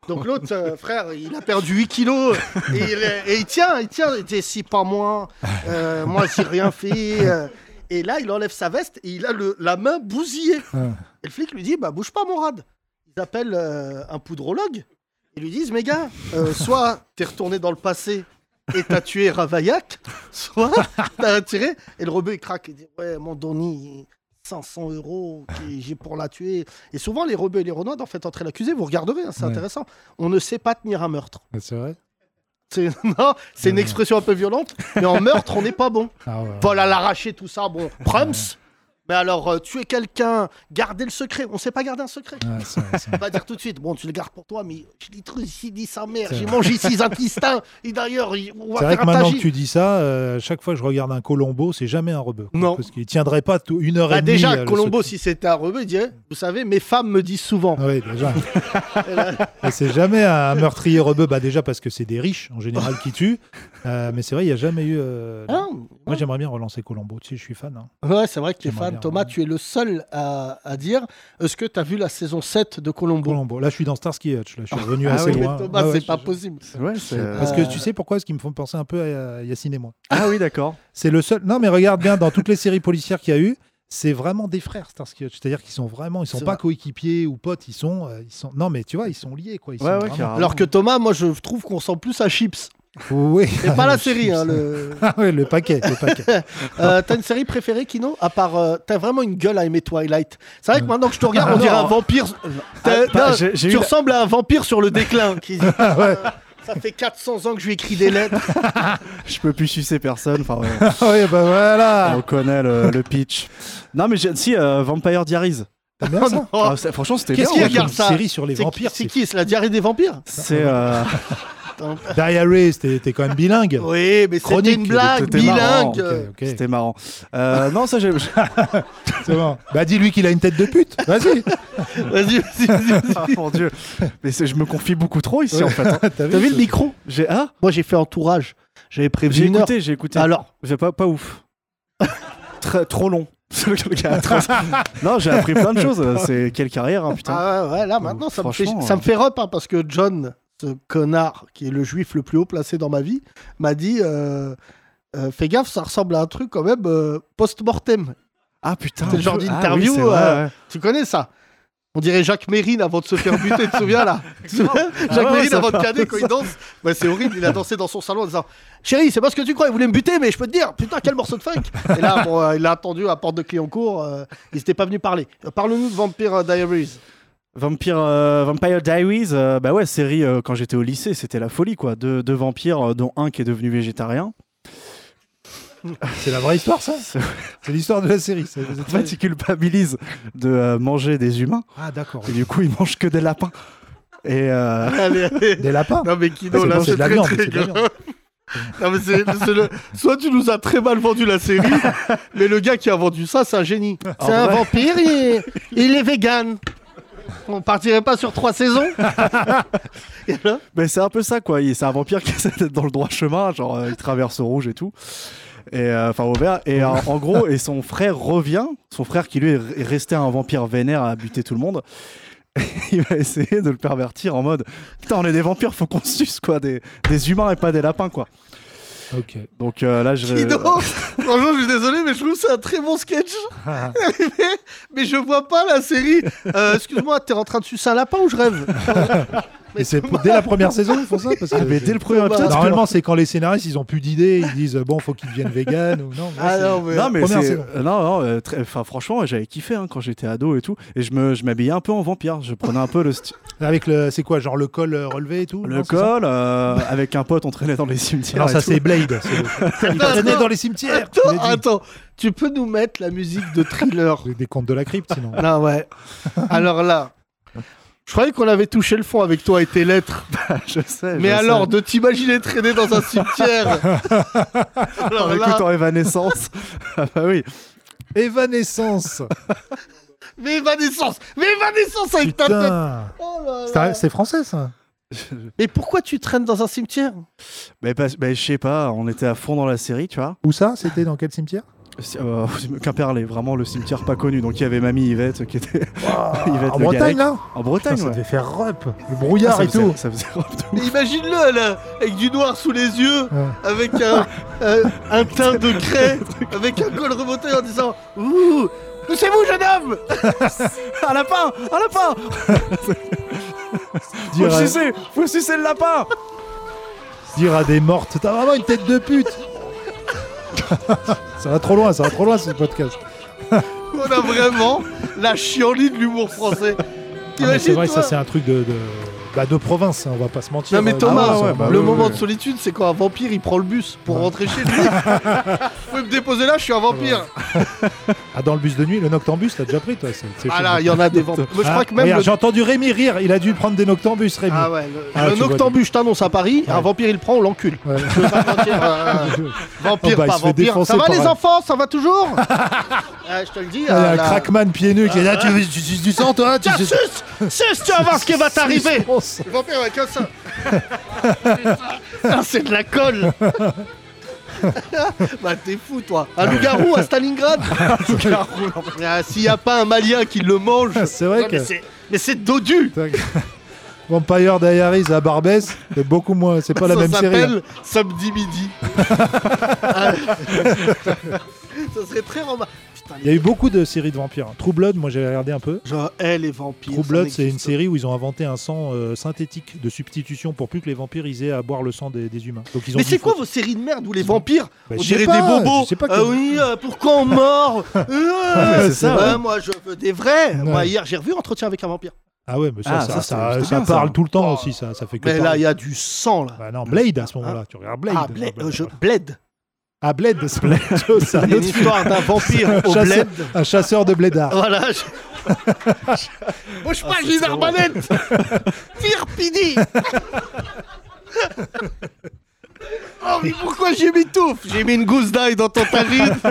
Donc l'autre euh, frère, il a perdu 8 kilos euh, et il, est- et il tient, il tient, il dit si pas moi, euh, moi j'ai rien fait. euh. et là il enlève sa veste et il a le, la main bousillée.
Ouais.
Et le flic lui dit bah bouge pas mon rad. Ils appellent euh, un poudrologue. Ils lui disent, mes gars, euh, soit t'es retourné dans le passé et t'as tué Ravaillac, soit t'as attiré. Et le rebeu, il craque. Il dit, ouais, mon Donny, 500 euros que j'ai pour la tuer. Et souvent, les rebeux et les renards, en fait, entrer l'accusé, vous regarderez, hein, c'est
Ouais.
intéressant. On ne sait pas tenir un meurtre.
C'est vrai.
C'est non, c'est une
Ouais.
expression un peu violente, mais en meurtre, on n'est pas bon.
Euh. Ah ouais.
Vol à l'arraché, tout ça, bon, prums. Mais alors, euh, tuer quelqu'un, garder le secret, on sait pas garder un secret.
Ouais, c'est vrai, c'est
On
vrai.
va dire tout de suite, bon, tu le gardes pour toi, mais je l'ai trucidé sa mère,
C'est
j'ai
vrai.
mangé six intestins, et d'ailleurs, il- on va
C'est vrai
faire
que
un
maintenant que
tagis.
tu dis ça, euh, chaque fois que je regarde un Colombo, c'est jamais un rebeu. quoi,
Non.
Parce qu'il tiendrait pas tout- une heure
Bah
et demie.
déjà,
euh, le
Colombo,
secret.
si c'était un rebeu, il dirait, vous savez, mes femmes me disent souvent.
Ah ouais, déjà.
Et là,
Et c'est jamais un meurtrier rebeu, bah déjà parce que c'est des riches en général qui tuent. Euh, mais c'est vrai, il n'y a jamais eu. euh,
hein
Moi, j'aimerais bien relancer Colombo. Tu sais, je suis fan. hein.
ouais, c'est vrai que tu es
J'aimerais
fan.
bien,
Thomas,
ouais.
tu es le seul à, à dire, est-ce que tu as vu la saison 7 de Colombo
Colombo. Là, je suis dans Starsky et Hutch. Là, je suis revenu
Ah
assez
oui, mais
loin.
Thomas,
Ouais, ouais,
c'est
je-
pas
je-
possible.
Ouais, c'est-
Parce que
Euh,
tu sais pourquoi Est-ce qu'ils me font penser un peu à euh, Yacine et moi.
Ah oui, d'accord.
C'est le seul. Non, mais regarde bien, Ah, dans toutes les séries policières qu'il y a eu, c'est vraiment des frères Starsky et Hutch. C'est-à-dire qu'ils sont vraiment, ils sont
C'est
pas
vrai.
coéquipiers ou potes. Ils sont, euh, ils sont. Non, mais tu vois, ils sont liés quoi. Ils
Ouais,
sont
ouais,
vraiment-
carrément.
Alors que Thomas, moi, je trouve qu'on sent plus à Chips.
Oui.
C'est pas la série. Hein, le...
Ah ouais, le paquet, le paquet.
Euh, t'as une série préférée, Kino À part. euh, t'as vraiment une gueule à aimer Twilight. C'est vrai que maintenant que je te regarde,
Ah
on dirait
non.
un vampire.
Ah,
T'as-
bah,
non,
j'ai- j'ai eu
tu
la-
ressembles à un vampire sur le déclin. qui-
Ah ouais.
Ça fait 400 ans que je lui écris des lettres.
Je peux plus sucer personne. Enfin, ouais.
Ah ouais, bah voilà.
on connaît le, le pitch. Non, mais j'ai- si, euh, Vampire Diaries.
T'as bien ça.
Ah, c'est- franchement, c'était
Qu'est-ce
Tiens,
bien.
qu'il
on
ouais.
a fait
regarde
une
ça
série sur les
C'est-
vampires.
C'est qui C'est la diarrhée des vampires
C'est. euh,
Diary, t'es t'es quand même bilingue.
Oui, mais c'était
Chronique,
une blague
c'était marrant,
bilingue.
Ok, ok.
C'était marrant. Euh, non, ça, j'ai.
C'est bon. Bah dis-lui qu'il a une tête de pute. Vas-y.
Vas-y, vas-y, vas-y.
Ah, mon dieu. Mais c'est- je me confie beaucoup trop ici,
Ouais.
en fait. hein.
T'as
T'as vu le micro
J'ai. Ah
Moi, j'ai fait entourage. J'avais
J'ai
prévu une heure.
écouté, j'ai écouté.
Alors,
J'ai pas, pas ouf. Très- trop long. Le gars a trop- non, j'ai appris plein de choses. C'est quelle carrière, hein, putain.
ah ouais, ouais, là maintenant, ça me fait,
Franchement,
ça me
euh.
fait rep hein, parce que John, ce connard qui est le juif le plus haut placé dans ma vie, m'a dit euh, euh, Fais gaffe, ça ressemble à un truc quand même euh, post-mortem.
Ah putain.
C'est le genre
Ah oui,
d'interview,
c'est vrai,
euh,
ouais.
Tu connais ça on dirait Jacques Mérine avant de se faire buter, tu te souviens là Tu te souviens Jacques
Ah ouais,
Mérine
ça
avant de
fait un
caner
peu
quand il danse bah, C'est horrible, il a dansé dans son salon en disant Chérie, c'est pas ce que tu crois, il voulait me buter, mais je peux te dire, putain, quel morceau de funk Et là, bon, euh, il a attendu à porte de Clignancourt, euh, ils n'étaient pas venus parler. Euh, Parle-nous de Vampire euh, Diaries.
Vampire, euh, Vampire Diaries, euh, bah ouais, série euh, quand j'étais au lycée, c'était la folie quoi. Deux, deux vampires, euh, dont un qui est devenu végétarien.
C'est la vraie histoire, ça
C'est-
C'est l'histoire de la série. c'est-
En fait, il culpabilise de euh, manger des humains
Ah, d'accord.
et du coup, il mange que des lapins. Et euh,
Allez, allez.
Des lapins
Non mais Kino,
C'est
là
bon, c'est
c'est
de la
très
viande,
très
c'est de la
grave. Non, mais c'est- c'est le- Soit tu nous as très mal vendu la série, mais le gars qui a vendu ça, c'est un génie. C'est un
vrai.
vampire, il est... il est vegan. On partirait pas sur trois saisons Et alors
Mais c'est un peu ça, quoi. Il- C'est un vampire qui essaie d'être dans le droit chemin, genre euh, il traverse au rouge et tout. Et euh, enfin au vert. Et en, en gros, et son frère revient, son frère qui lui est re- est resté un vampire vénère à buter tout le monde. Il va essayer de le pervertir en mode Putain, on est des vampires, faut qu'on se suce quoi, des, des humains et pas des lapins quoi.
Ok.
Donc euh, là, je.
Kino, franchement, je suis désolé, mais je trouve que c'est un très bon sketch.
Ah,
mais, mais je vois pas la série. Euh, Excuse-moi, t'es en train de sucer un lapin ou je rêve
Et c'est dès la première saison ils font ça parce que
Ah, Mais dès le premier épisode, parce que-
normalement c'est quand les scénaristes ils ont plus d'idées ils disent euh, bon faut qu'ils deviennent vegan ou non.
Ah
c'est-
non, mais.
Non mais
Première
c'est
saison.
euh, non non euh, très- enfin franchement j'avais kiffé hein, quand j'étais ado et tout et je me je m'habillais un peu en vampire je prenais un peu le sti-
Avec le c'est quoi genre le col euh, relevé et tout.
le
non, c'est ça
col euh, avec un pote on traînait dans les cimetières
Non
et
ça
tout.
c'est Blade. c'est- Ils
Attends,
traînaient
attends.
dans les cimetières. tu
Attends,
l'as dit.
attends, tu peux nous mettre la musique de thriller
Des contes de la crypte sinon.
Non, ouais. Alors là, je croyais qu'on avait touché le fond avec toi et tes lettres.
je sais
Mais
je
alors,
sais.
de t'imaginer traîner dans un cimetière. alors là,
en écoutant Evanescence ah bah oui
Évanescence.
mais Evanescence Mais Evanescence avec ta tête
Ah.
Putain.
Oh là
C'est
là.
un- C'est français ça.
Mais pourquoi tu traînes dans un cimetière
mais parce- mais je sais pas on était à fond dans la série tu vois
Où ça C'était dans quel cimetière
Si- euh, Quimperlé vraiment le cimetière pas connu donc il y avait mamie Yvette qui était Yvette
En
Le
Bretagne
Gallec.
là.
en Bretagne
Ça
ouais.
devait faire rep. Le
Ah,
brouillard
ça
et
faisait-
tout.
ça faisait robe de ouf.
Mais imagine-le, là, avec du noir sous les yeux,
Ouais.
avec un, euh, un teint de craie, avec un col remonté en disant Ouh c'est vous, jeune homme
Un lapin Un lapin Faut
Dire à-
sucer Faut sucer le lapin
dire à des mortes T'as vraiment une tête de pute Ça va trop loin, ça va trop loin ce podcast.
On a vraiment la chienlit de l'humour français.
Non, Ah, mais c'est vrai,
T'imagines-toi
ça c'est un truc de, de, bah, de province, hein, on va pas se mentir.
Non mais
Euh,
Thomas,
ah ouais,
ouais, bah
le
oui,
moment
oui.
de solitude, c'est quand un vampire il prend le bus pour rentrer chez lui. Vous pouvez me déposer là, je suis un vampire.
ah, dans le bus de nuit, le noctambus, t'as déjà pris toi c'est- c'est
Ah
chaud.
là, il y en a des vampires. Moi, je
Ah,
crois que même
regarde,
le...
J'ai entendu Rémi rire, il a dû prendre des noctambus, Rémi.
Ah ouais, le,
Ah,
le
tu vois,
noctambus, je t'annonce à Paris, un
Ouais.
vampire il le prend, on l'encule.
Ouais.
Je veux pas te mentir, euh,
Oh,
vampire,
bah, il
pas
se fait
vampire.
défoncer
Ça va
par
les
un-
enfants, ça va toujours Euh, Je te le dis.
Ah, il y a
euh,
un
là-
crackman pieds nus qui est là, tu veux- tu suces du sang toi tu
Tiens,
suces-
suce Suce, tu vas voir ce qui va t'arriver
Suce-
Le vampire avec un ça Putain, c'est de la colle Bah t'es fou toi Un loup-garou à Stalingrad Ah, S'il n'y a pas un malien qui le mange
C'est vrai
Non,
que-
mais c'est- Mais c'est dodu
Vampire Diaries à Barbès, c'est beaucoup moins, c'est pas la
Ça
même série. hein.
s'appelle Samedi Midi Ah. Ça serait très romantique Putain
Il y a eu beaucoup de séries de vampires. hein. True Blood, moi j'ai regardé un peu.
Genre, eh, les vampires
True
ça
Blood, c'est une
n'existe
série où ils ont inventé un sang euh, synthétique de substitution pour plus que les vampires ils aient à boire le sang des, des humains. Donc ils ont
pas. mais
dit,
c'est quoi
faut-
vos séries de merde où les vampires
Bah,
On
je sais
dirait
pas,
des bobos.
je sais pas
Ah
que-
oui, euh, pour quand on mord. Euh,
mais c'est ça,
ouais,
ouais.
Moi, je veux des vrais.
Ouais.
Moi, hier, j'ai revu Entretien avec un vampire.
Ah ouais, mais ça,
Ah,
ça, ça,
ça, c'est- c'est
ça
bien, ça.
parle tout le temps
Oh.
aussi, ça, ça fait que.
Mais là,
parler.
il y a du sang là.
Bah non, Blade à ce moment-là, tu regardes Blade. Bah,
ah, Blade, euh, je... Blade.
Ah, Blade, c'est c'est un
Il y
autre
a une
film.
histoire d'un vampire au
Chasseur-
Blade.
Un chasseur de blédards.
Voilà. Je... Moi,
Ah,
je parle d'une arbalète. Tire Pidi. Oh, mais pourquoi j'ai mis touffe J'ai mis une gousse d'ail dans ton tarif.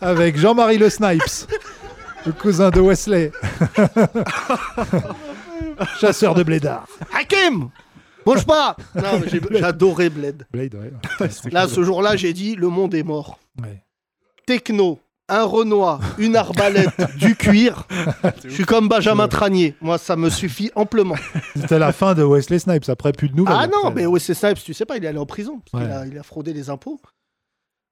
Avec Jean-Marie Le Snipes, le cousin de Wesley. chasseur de blédards.
Hakim Bouge pas Non, mais j'ai- j'adorais Blade.
Blade, ouais.
Là, ce jour-là, j'ai dit le monde est mort.
Ouais.
Techno, un Renoir, une arbalète, du cuir. Je suis comme Benjamin Tranier. Moi, ça me suffit amplement.
C'était la fin de Wesley Snipes, après plus de nouvelles.
Ah non,
Après-
mais O.C. Snipes, tu sais pas, il est allé en prison. parce qu'il
Ouais.
a- il, a, fraudé les impôts.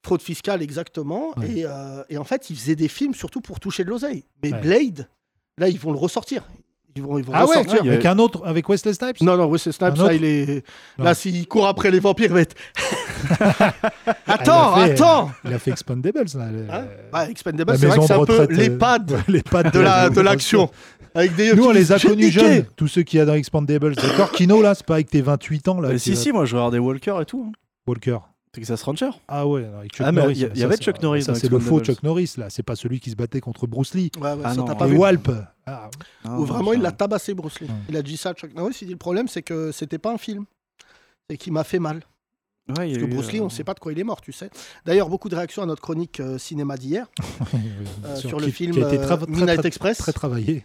Fraude fiscale, exactement.
Ouais.
Et, euh, et en fait, il faisait des films surtout pour toucher de l'oseille. Mais
Ouais.
Blade, là, ils vont le ressortir. Ils vont, ils vont
Ah ouais,
ressortir.
il y a-
avec un autre, avec Wesley Snipes
Non, non, O.C.
Un
Snipes,
autre
là, il est.
Non.
Là, s'il court après les vampires, il va être.
Ah,
attends,
il a fait-
attends
Il a fait Expendables, là. le-
Hein
euh,
Bah, Expendables,
La
c'est vrai
maison
que c'est
de
un peu
retraite, euh,
l'EHPAD
ouais, les pattes
de la- de
la-
l'action. Avec des
Nous, on les a
J'ai
connus
niqué.
jeunes, tous ceux qui a dans Expendables. D'accord, Kino, là, c'est pas avec tes 28 ans, là.
Mais
que Ah, tu
si
vas-
si moi je regardais Walker et tout hein.
Walker.
Texas Ranger
Ah ouais, non, avec Chuck
Ah, mais
Norris.
il y a-
là,
il y avait
ça,
Chuck
ça-
Norris
ça,
dans
C'est le faux
Expendables.
Chuck Norris, là. C'est pas celui qui se battait contre Bruce Lee.
Ouais, ouais,
Ah
ça,
non,
t'as
ouais.
pas
Et
vu.
Walp. Ah,
Où vraiment,
ça-
il l'a tabassé, Bruce Lee.
Ouais.
Il a dit ça à Chuck Norris. Il dit le problème, c'est que c'était pas un film. C'est qu'il m'a fait mal.
Ouais, il y
Parce
a
que
eu,
Bruce Lee,
euh,
on sait pas de quoi il est mort, tu sais. D'ailleurs, beaucoup de réactions à notre chronique euh, cinéma d'hier euh, sur le
qui-
film
qui a été
euh,
tra- tra-
Midnight
tra-
Express,
très travaillé.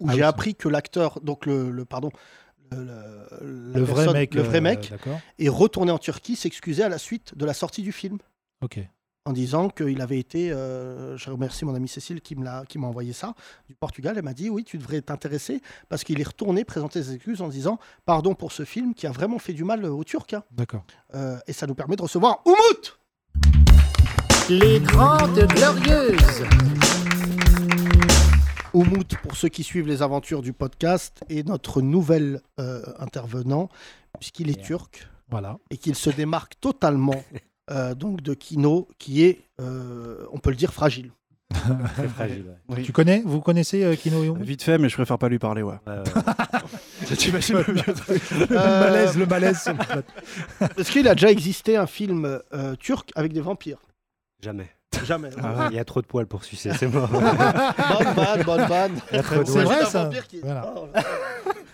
où
ah
j'ai
oui.
appris que l'acteur, donc le, le- pardon, le, le- la
Le vrai
personne-
mec.
le vrai
euh,
mec,
D'accord.
est retourné en Turquie s'excuser à la suite de la sortie du film.
Ok.
en disant qu'il avait été, euh, je remercie mon amie Cécile qui me l'a- qui m'a envoyé ça, du Portugal, elle m'a dit oui, tu devrais t'intéresser, parce qu'il est retourné présenter ses excuses en disant pardon pour ce film qui a vraiment fait du mal euh, aux Turcs, hein.
D'accord.
Euh, et ça nous permet de recevoir Oumout
Les Grandes Glorieuses.
Oumout pour ceux qui suivent les aventures du podcast et notre nouvel euh, intervenant, puisqu'il est turc
Voilà.
et qu'il se démarque totalement euh, donc de Kino, qui est, euh, on peut le dire, fragile.
Très fragile. ouais.
Oui.
Tu connais Vous connaissez euh, Kino et Oumout
Vite fait, mais je préfère pas lui parler, ouais.
Ouais, ouais, ouais.
T'imagines le vieux truc
Le
Euh,
malaise, le malaise.
Est-ce qu'il a déjà existé un film euh, turc avec des vampires
Jamais.
Jamais.
Ah, Il y a trop de poils pour sucer, c'est mort.
bonne vanne, bonne vanne.
trop de
C'est
vannes.
vrai
C'est
ça.
ça.
Qui...
Voilà.
Oh là là.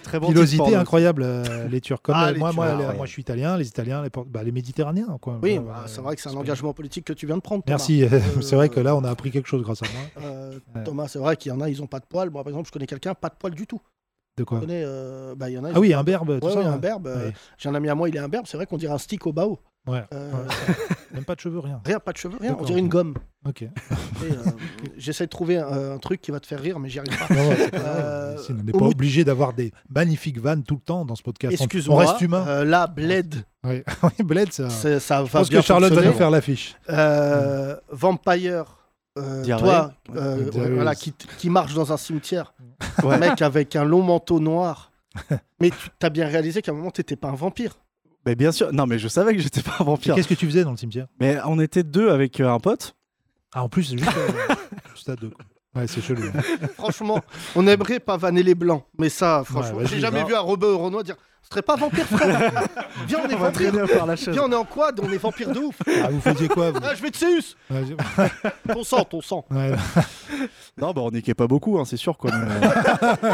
Très bon. titre
Pilosité
porno.
incroyable, euh, les Turcs. Comme
Ah,
euh,
les
moi,
Turcs,
moi, les-
ouais.
moi, je suis italien, les Italiens, les, Por- bah, les Méditerranéens. Quoi.
Oui,
Voilà,
bah, c'est
euh,
vrai que c'est un
pas-
engagement politique que tu viens de prendre. Thomas.
Merci.
Euh,
c'est vrai que là, on a appris quelque chose grâce à moi.
Euh,
Ouais.
Thomas, c'est vrai qu'il y en a, ils ont pas de poils. Moi, par exemple, je connais quelqu'un, pas de poils du tout.
De quoi
Je connais, euh, bah, il y en a, ils
Ah oui,
ont-
un berbe, tout
Ouais,
ça.
ouais, un
ouais.
berbe. euh,
Ouais.
J'ai un ami à moi, il est un berbe. C'est vrai qu'on dirait un stick au bao.
Ouais.
Euh,
Ouais. Même pas de cheveux, rien.
Rien, pas de cheveux, rien. On
D'accord.
dirait une gomme.
Ok.
Et, euh, J'essaie de trouver un, un truc qui va te faire rire, mais j'y arrive pas.
Non, ouais, c'est pas
Euh,
grave. Si, on n'est
au
pas
bout-
obligé d'avoir des magnifiques vannes tout le temps dans ce podcast. On-
Excuse-moi.
On reste humain.
euh, là, Bled,
Oui. Oui, Bled, ça. Je
c'est- ça va
pense
bien
que Charlotte va
fonctionner.
nous faire l'affiche.
Euh, Vampire, euh,
Diarrhée.
toi, euh,
Ouais, diarrhée.
voilà, qui, qui marche dans un cimetière,
Ouais.
un mec avec un long manteau noir. Mais tu as bien réalisé qu'à un moment, t'étais pas un vampire.
Mais bien sûr. Non, mais je savais que j'étais pas un
Et
vampire.
Qu'est-ce que tu faisais dans le cimetière
Mais on était deux avec euh, un pote.
Ah, en plus, c'est juste, euh, juste à deux. quoi. Ouais, c'est chelou. hein.
Franchement, on aimerait pas vanner les blancs, mais ça, franchement,
Ouais, vas-y,
j'ai jamais
non.
vu un Robert Renoir dire "Ce serait pas vampire, frère Viens, on est vampire.
par la chaise.
Viens, on est en quad, on est vampire de ouf.
Ah, vous faisiez quoi vous
Ah, je vais te Zeus.
Ouais, je-
Ton sang, ton sang.
ouais.
Non, bah on niquait pas beaucoup, hein, c'est sûr quoi. mais,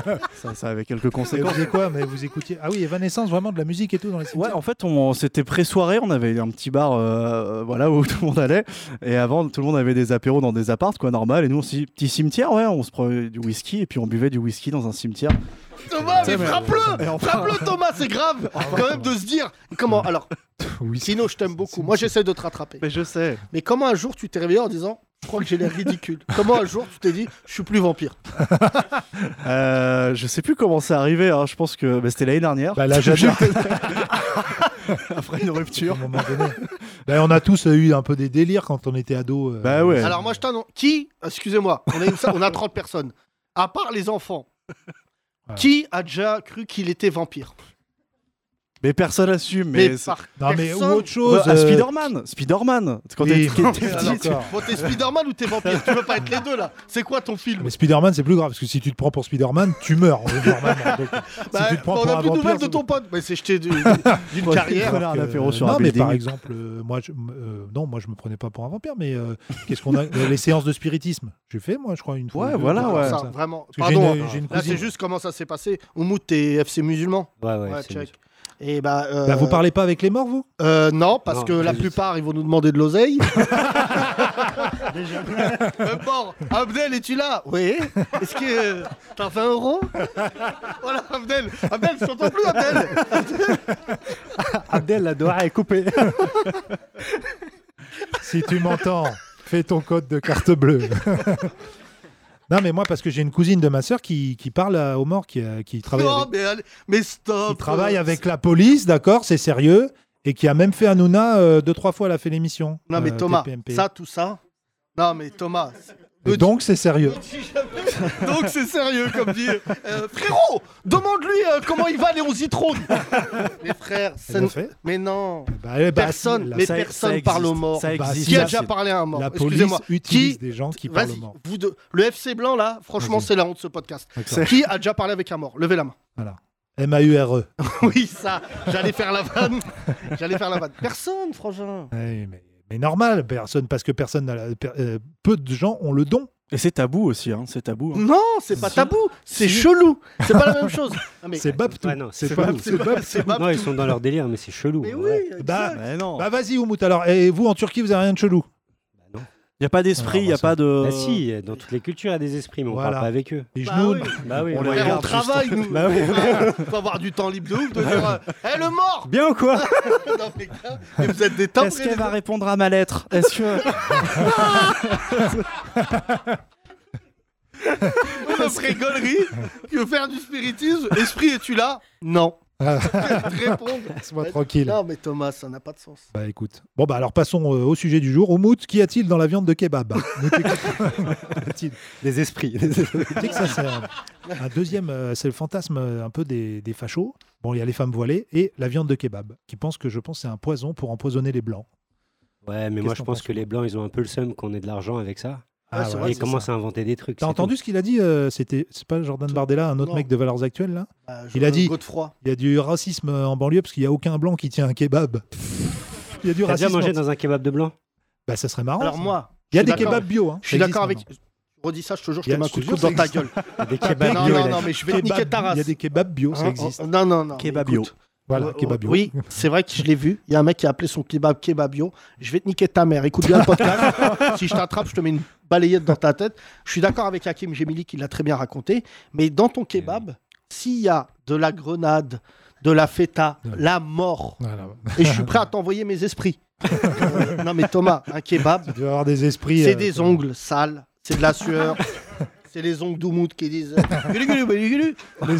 euh, ça, ça avait quelques
Et Vous
conséquences.
faisiez quoi Mais vous écoutiez Ah oui, Evanescence, vraiment de la musique et tout dans les
Ouais,
cimetières.
en fait, on c'était pré-soirée, on avait un petit bar, euh, voilà, où tout le monde allait. Et avant, tout le monde avait des apéros dans des appartes, quoi, normal. Et nous, on s'est dit, petit cimetière, ouais, on se prenait du whisky et puis on buvait du whisky dans un cimetière.
Thomas, mais
mais-
frappe-le, frappe-le, Thomas, c'est grave. Quand même de se dire comment. Alors,
Oui, c'est-
Sino, je t'aime beaucoup. Moi, j'essaie de te rattraper.
Mais je sais.
Mais comment un jour tu t'es réveillé en disant Je crois que j'ai l'air ridicule Comment un jour tu t'es dit Je suis plus vampire
Euh, je sais plus comment c'est arrivé, hein, je pense que bah, c'était l'année dernière.
Bah, là, j'adore.
Après une
à
rupture.
un moment donné. Ben, on a tous eu un peu des délires quand on était ado. euh,
Bah ouais.
Alors moi je t'annonce. Qui Excusez-moi, on, a une sa- on a 30 personnes. À part les enfants.
Ouais.
Qui a déjà cru qu'il était vampire
Mais personne assume.
Mais,
Mais, c'est-
par
Non mais ou
personne.
autre chose.
Bah, à
euh,
Spider-Man, Spider-Man. Quand
oui,
t'es- t'es- t'es
d'accord.
petit,
Bon, t'es Spider-Man ou t'es vampire Tu veux pas être les deux là C'est quoi ton film
Mais Spider-Man, c'est plus grave parce que si tu te prends pour Spider-Man, tu meurs. euh, normalement. Donc,
Bah,
si tu te prends
On
pour
a
un
plus de
vampire,
nouvelles de
c'est-
ton pote. Mais c'est jeté d'une d'une
Ouais,
carrière.
prenais un
Alors que-
apéro sur
non,
un
mais
building.
par exemple, euh, moi, je, m- euh, non, moi, je me prenais pas pour un vampire, mais euh, qu'est-ce qu'on a Les séances de spiritisme, j'ai fait, moi, je crois, une fois.
Ouais,
ou deux,
voilà,
comme
ouais.
Ah, Ça,
ça.
vraiment.
Parce que j'ai
Pardon.
une-
hein.
j'ai une
Là, c'est
cousine.
juste comment ça s'est passé. Oumout, t'es FC musulman.
Ouais, ouais,
Ouais,
c'est
check. Et bah, euh,
Bah, vous parlez pas avec les morts, vous
Euh, non, parce
Non,
que la
juste.
plupart, ils vont nous demander de l'oseille. Euh, bon, Abdel, es-tu là Oui. Est-ce que euh, t'as 20 euros Voilà, Abdel. Abdel, je t'entends plus, Abdel.
Abdel, la Doha est coupée.
Si tu m'entends, fais ton code de carte bleue. non, mais moi, parce que j'ai une cousine de ma sœur qui, qui parle à- aux morts, qui, euh, qui travaille,
Non,
avec,
mais, allez, mais
qui
stop.
travaille avec la police, d'accord, c'est sérieux, et qui a même fait Hanouna euh, deux, trois fois, elle a fait l'émission.
Non, mais
euh,
Thomas,
TPMP.
ça, tout ça. Non, mais Thomas.
Et Donc, c'est sérieux.
Donc, c'est sérieux, comme dit. Euh, frérot, demande-lui euh, comment il va, Léon Zitrone. mais frère,
Elle
ça
l'a
ne-
fait
Mais non.
Bah, eh, bah,
personne,
si, la-
mais
ça- ça
personne
existe,
parle aux morts.
ça
Bah,
existe.
Qui a
Là,
déjà
c'est-
parlé à un mort
La police
Excusez-moi.
utilise
Qui
des gens qui parlent aux
Vas-y,
morts.
vous deux. Le FC blanc là, franchement,
Vas-y.
c'est la honte ce podcast.
D'accord.
Qui a déjà parlé avec un mort Levez la main.
M-A-U-R-E.
Oui, ça. J'allais faire la vanne. J'allais faire la vanne. Personne, frangin.
Ouais, mais, mais normal, personne, parce que personne n'a la- per- euh, peu de gens ont le don.
Et c'est tabou aussi, hein, c'est tabou. hein.
Non, c'est pas
Si.
tabou. C'est chelou. C'est pas la même chose. Non, mais-
C'est Babtou.
Ouais, non, c'est
C'est
pas
Bab-
nous.
c'est Bab-
C'est pas.
Non, ils sont dans leur délire, mais c'est chelou.
Mais oui.
ouais.
Bah,
exact.
Mais non.
bah vas-y, Oumout. Alors, et vous en Turquie, vous avez rien de chelou
Il y a pas d'esprit, il
Alors,
y a
bah, ça-
pas de.
Bah si, dans toutes les cultures, il y a des esprits, mais on
Voilà.
parle pas avec eux.
Les
Bah
genoux
oui.
Bah oui,
On
Frère,
les
on
regarde,
travaille, nous.
Bah oui.
Faut- Faut avoir du temps libre de ouf de dire euh, Eh, le mort
Bien ou quoi
Non, mais gars, mais vous êtes des timbrés,
Est-ce
les
qu'elle va répondre à ma lettre Est-ce que
Oui, notre rigolerie, tu veux faire du spiritisme Esprit, es-tu là Non.
Bah,
Répondre.
Laisse-moi tranquille.
Non, mais Thomas, ça n'a pas de sens.
Bah écoute. Bon bah alors passons euh, au sujet du jour. Oumout, qu'y a-t-il dans la viande de kebab Qu'y a-t-il
Des esprits.
Tu sais que ça, c'est un, un deuxième, euh, c'est le fantasme euh, un peu des, des fachos. Bon, il y a les femmes voilées et la viande de kebab, qui pensent que je pense que c'est un poison pour empoisonner les blancs.
Ouais, mais
Qu'est-ce
moi je
qu'on
pense
pense
que les blancs, ils ont un peu le seum qu'on ait de l'argent avec ça.
Ah, c'est
ouais.
vrai,
ils commencent
ça.
à inventer des trucs.
T'as
c'est
entendu ce qu'il a dit euh, C'était, c'est pas Jordan Bardella, un autre
Non.
mec de Valeurs Actuelles là
Bah,
Il a dit-
Godefroy.
Il y a du racisme euh, en banlieue parce qu'il y a aucun blanc qui tient un kebab. Il y a du
tout. T'as déjà
racisme.
mangé
anti-
dans un kebab de blanc
Bah ça serait marrant.
Alors
ça.
moi,
il y a
je
des
suis d'accord.
kebabs bio. hein.
je suis
Ça
d'accord avec.
existe
Redis ça, je te jure, je
Il y
te
a-
mets un
je te
coup de
jure,
coude
ça
dans ta
existe.
gueule.
Des
maintenant.
kebabs
Non,
bio,
non,
il a
non,
dit.
mais je vais
Kebab-
te niquer ta race.
Il y a des kebabs bio, ça
Hein,
existe.
oh, Non, non, non.
Kebab
écoute.
Voilà,
Euh,
kebab bio.
Oui, c'est vrai que je l'ai vu. Il y a un mec qui a appelé son kebab kebab bio. Je vais te niquer ta mère. Écoute bien le podcast. si je t'attrape, je te mets une balayette dans ta tête. Je suis d'accord avec Hakim Gemili qui l'a très bien raconté. Mais dans ton
Eh
kebab, s'il y a de la grenade, de la feta,
Eh Ouais.
la mort,
Voilà.
et je suis prêt à t'envoyer mes esprits. Euh, non, mais Thomas, un kebab,
Tu vas avoir des esprits.
c'est
euh,
des ongles sales, c'est de la sueur. C'est les ongles d'Oumoud qui disent. euh, Gulu, gulu, gulu, gulu.
Les,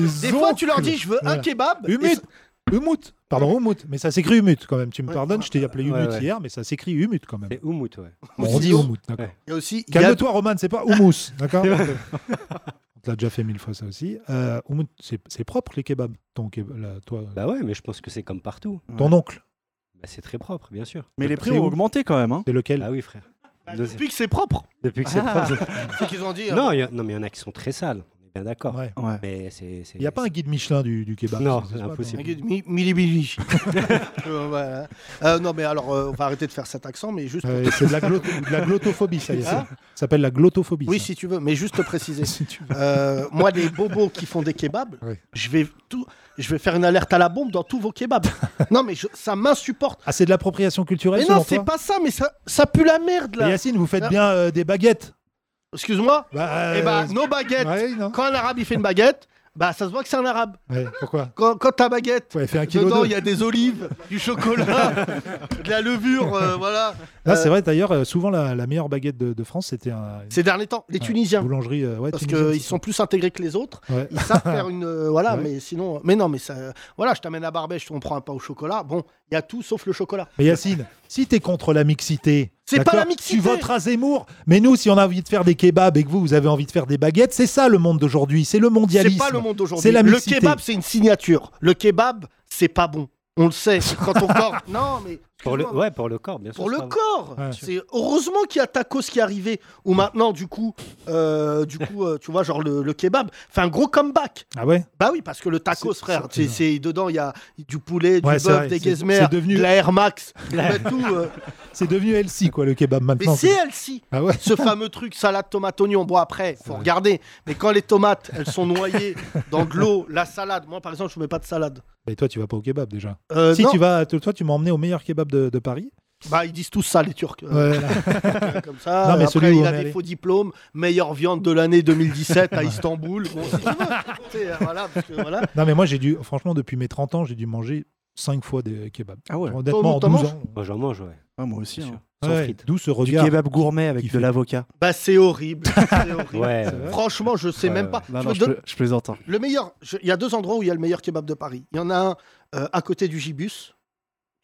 les
Des fois,
oncles.
tu leur dis, je veux un
Voilà.
kebab. et
Humut Humut Pardon, Humut. Mais ça s'écrit Humut quand même. Tu me
Ouais,
pardonnes, je t'ai appelé
Ouais,
Humut
ouais.
hier, mais ça s'écrit Humut quand même.
C'est Oumout, ouais.
Bon, on dit Humut, d'accord.
Ouais.
Il y a aussi. il y a-
Calme-toi, Roman, c'est pas Hummus, d'accord On te l'a déjà fait mille fois, ça aussi. Euh, hummus, c'est c'est propre, les kebabs. Ton, keb- la- toi,
Bah ouais, mais je pense que c'est comme partout.
ton oncle,
Bah, c'est très propre, bien sûr.
Mais les prix
C'est
ont
où
augmenté quand même. hein.
c'est lequel
Ah oui, frère.
Bah,
Deuxième.
Depuis que c'est propre.
Depuis que c'est propre.
C'est qu'ils ont dit.
Non, il y a- non, mais il y en a qui sont très sales. On est bien d'accord.
Ouais.
Ouais.
Mais c'est. c'est-
Il n'y a pas un guide Michelin du, du kebab
Non,
ça, ça se voit,
impossible.
quand même.
Guide, mi- Mili Bili. Euh, voilà. Euh, non, mais alors, euh, on va arrêter de faire cet accent, mais juste. Ah.
Euh, c'est de, la glo- de la glottophobie, ça y est. Ça s'appelle la glottophobie.
Oui,
ça.
si tu veux, mais juste te préciser.
Si tu veux.
Euh, moi, les bobos qui font des kebabs,
Oui.
je vais tout, je vais faire une alerte à la bombe dans tous vos kebabs. non, mais je- ça m'insupporte.
Ah, c'est de l'appropriation culturelle,
Mais
selon
non, c'est
toi
pas ça, mais ça, ça pue la merde
Mais
là.
Yacine, vous faites
Ah.
bien euh, des baguettes.
Excuse-moi.
Bah,
Eh bah,
euh,
nos baguettes.
ouais, non
Quand un arabe il fait une baguette, bah ça se voit que c'est un arabe.
Ouais, pourquoi
Quand, quand ta baguette.
Ouais, fait un kilo
Dedans,
d'œufs.
il y a des olives, du chocolat, de la levure, euh, voilà.
Ah,
Euh,
c'est vrai d'ailleurs, euh, souvent la, la meilleure baguette de, de France, c'était un,
Ces derniers temps, les
Ouais,
Tunisiens.
boulangerie. euh, ouais,
parce
tunisienne,
qu'ils
c'est
sont plus intégrés que les autres.
ça. Ouais.
Ils savent faire une. euh, voilà,
Ouais.
mais sinon. Mais non, mais ça. Voilà, je t'amène à Barbèche, on prend un pain au chocolat. Bon, il y a tout sauf le chocolat.
Mais Yacine, si t'es contre la mixité,
C'est pas
d'accord,
la mixité.
Tu voteras Zemmour. Mais nous, si on a envie de faire des kebabs et que vous, vous avez envie de faire des baguettes, c'est ça le monde d'aujourd'hui. C'est le
C'est
mondialisme.
pas le monde d'aujourd'hui.
C'est la
Le
mixité.
kebab, c'est une signature. Le kebab, c'est pas bon. On le sait. Quand on corps. Non, mais.
Pour le...
excuse-moi,
Ouais, pour le corps, bien sûr.
Pour
c'est
le
pas-
corps,
Ouais.
c'est heureusement qu'il y a Tacos qui est arrivé. Ou maintenant, du coup, euh, du coup, euh, tu vois, genre le, le kebab fait un gros comeback.
Ah ouais
Bah oui, parce que le tacos,
C'est-
frère,
c'est-
c'est c'est- dedans, il y a du poulet, du
Ouais, c'est
bœuf,
vrai,
des
c'est-
geizmers,
c'est devenu-
de la Air Max, mais tout. euh,
C'est devenu LC, quoi, le kebab
Mais
maintenant.
c'est elle si
Ah ouais
ce fameux truc salade tomate oignon. Bon après, faut regarder. Mais quand les tomates, elles sont noyées dans de l'eau, la salade. Moi par exemple, je mets pas de salade.
Mais toi, tu vas pas au kebab déjà.
Euh,
si
non.
tu vas, toi, tu m'as emmené au meilleur kebab de, de Paris.
Bah ils disent tous ça les Turcs. euh,
Voilà.
Comme ça.
Non, mais
après,
celui où
il
on
a
est
des
allé.
faux diplômes. Meilleure viande de l'année 2017 à Istanbul. Bon, si tu veux. Tu sais, euh, voilà, parce que, voilà.
non, mais moi, j'ai dû, franchement, depuis mes 30 ans, j'ai dû manger 5 fois des kebabs.
Ah ouais.
Honnêtement, en
T'en
12
manges
ans.
Moi, j'en mange, ouais.
Ah, moi aussi.
Bien
hein.
sûr. Sans
Ouais,
frites.
D'où ce
Du
regard.
kebab gourmet avec
qui
de
fait-
l'avocat.
Bah c'est horrible. c'est horrible.
Ouais.
C'est vrai Bah,
Franchement, je sais
Ouais,
même
ouais.
pas.
Non,
Tu
non,
veux
je,
don-
pla- je plaisante. hein.
Le meilleur, je- il y a deux endroits où il y a le meilleur kebab de Paris. Il y en a un euh, à côté du Gibus.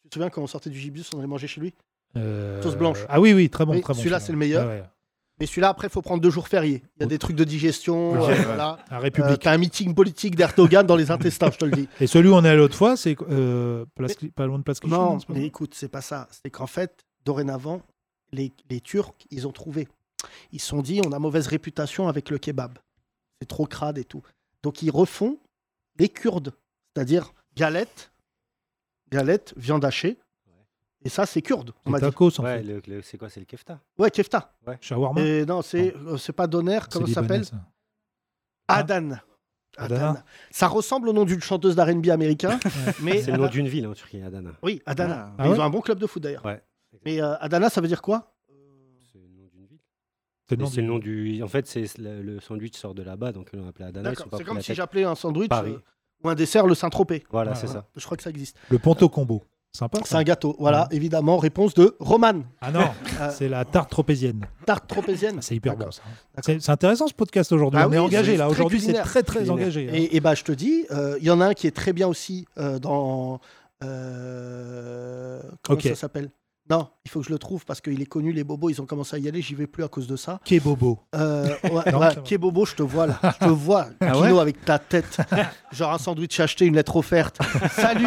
Tu te souviens quand on sortait du Gibus, on allait manger chez lui
Euh,
Sauce blanche.
Ah oui, oui, très bon.
Oui,
très bon
celui-là, c'est le meilleur.
Ah ouais.
Mais celui-là, après, il faut prendre deux jours fériés. Il y a des trucs de digestion.
Ok,
euh,
ouais.
voilà.
La
Euh,
République.
T'as un meeting politique d'Erdogan dans les intestins, je te le dis.
Et celui où on est allé l'autre fois, c'est euh, place- pas loin de Place Clichy,
Non,
c'est pas
mais écoute, c'est pas ça. C'est qu'en fait, dorénavant, les, les Turcs, ils ont trouvé. Ils se sont dit, on a mauvaise réputation avec le kebab. C'est trop crade et tout. Donc, ils refont les Kurdes, c'est-à-dire galette, galette, viande hachée. Et ça, c'est kurde, on
C'est
m'a dit.
tacos en
Ouais,
fait.
le- le- c'est quoi C'est le kefta
Ouais, kefta.
Shawarma.
Et non, c'est euh, c'est pas doner, comment
C'est
ça s'appelle
libanais, ça. Hein
Adan. Adan.
Adana.
Ça ressemble au nom d'une chanteuse d'R&B américain, mais
C'est le nom d'une ville hein, en Turquie, Adana.
oui, Adana.
Ah.
Mais
Ah
Ils
ouais
ont un bon club de foot d'ailleurs.
Ouais.
Mais euh, Adana, ça veut dire quoi
C'est le nom d'une ville.
C'est le
Mais
nom
C'est
du-
le nom du. En fait, c'est le, le sandwich sort de là-bas, donc ils l'ont appelé Adana. ils
D'accord.
sont pas
C'est
pris
comme
la
si
tête.
j'appelais un sandwich
Paris.
euh, ou un dessert le Saint-Tropez.
Voilà,
Ouais,
c'est
ouais.
ça.
Je crois que ça existe.
Le Ponto Combo. Sympa. ça.
C'est un gâteau. Voilà, évidemment, réponse de Roman.
Ah non,
Euh,
c'est la tarte tropézienne.
Tarte tropézienne.
Ah, C'est hyper bon
D'accord.
ça. C'est c'est intéressant ce podcast aujourd'hui.
Ah
on
oui,
est
c'est
engagé là.
très
Aujourd'hui, c'est
culinaire.
très très
Culinaire.
engagé. hein.
Et, et bah, je te dis, euh, il y en a un qui est très bien aussi euh, dans. euh, comment
Ok.
ça s'appelle Non, il faut que je le trouve parce qu'il est connu, les bobos, ils ont commencé à y aller, j'y vais plus à cause de ça.
Qu'est bobo.
Euh, ouais,
Non,
ouais,
ça va. Ah
qui est bobo, je te vois là. Je te vois, Kino, avec ta tête. Genre un sandwich acheté, une lettre offerte. Salut,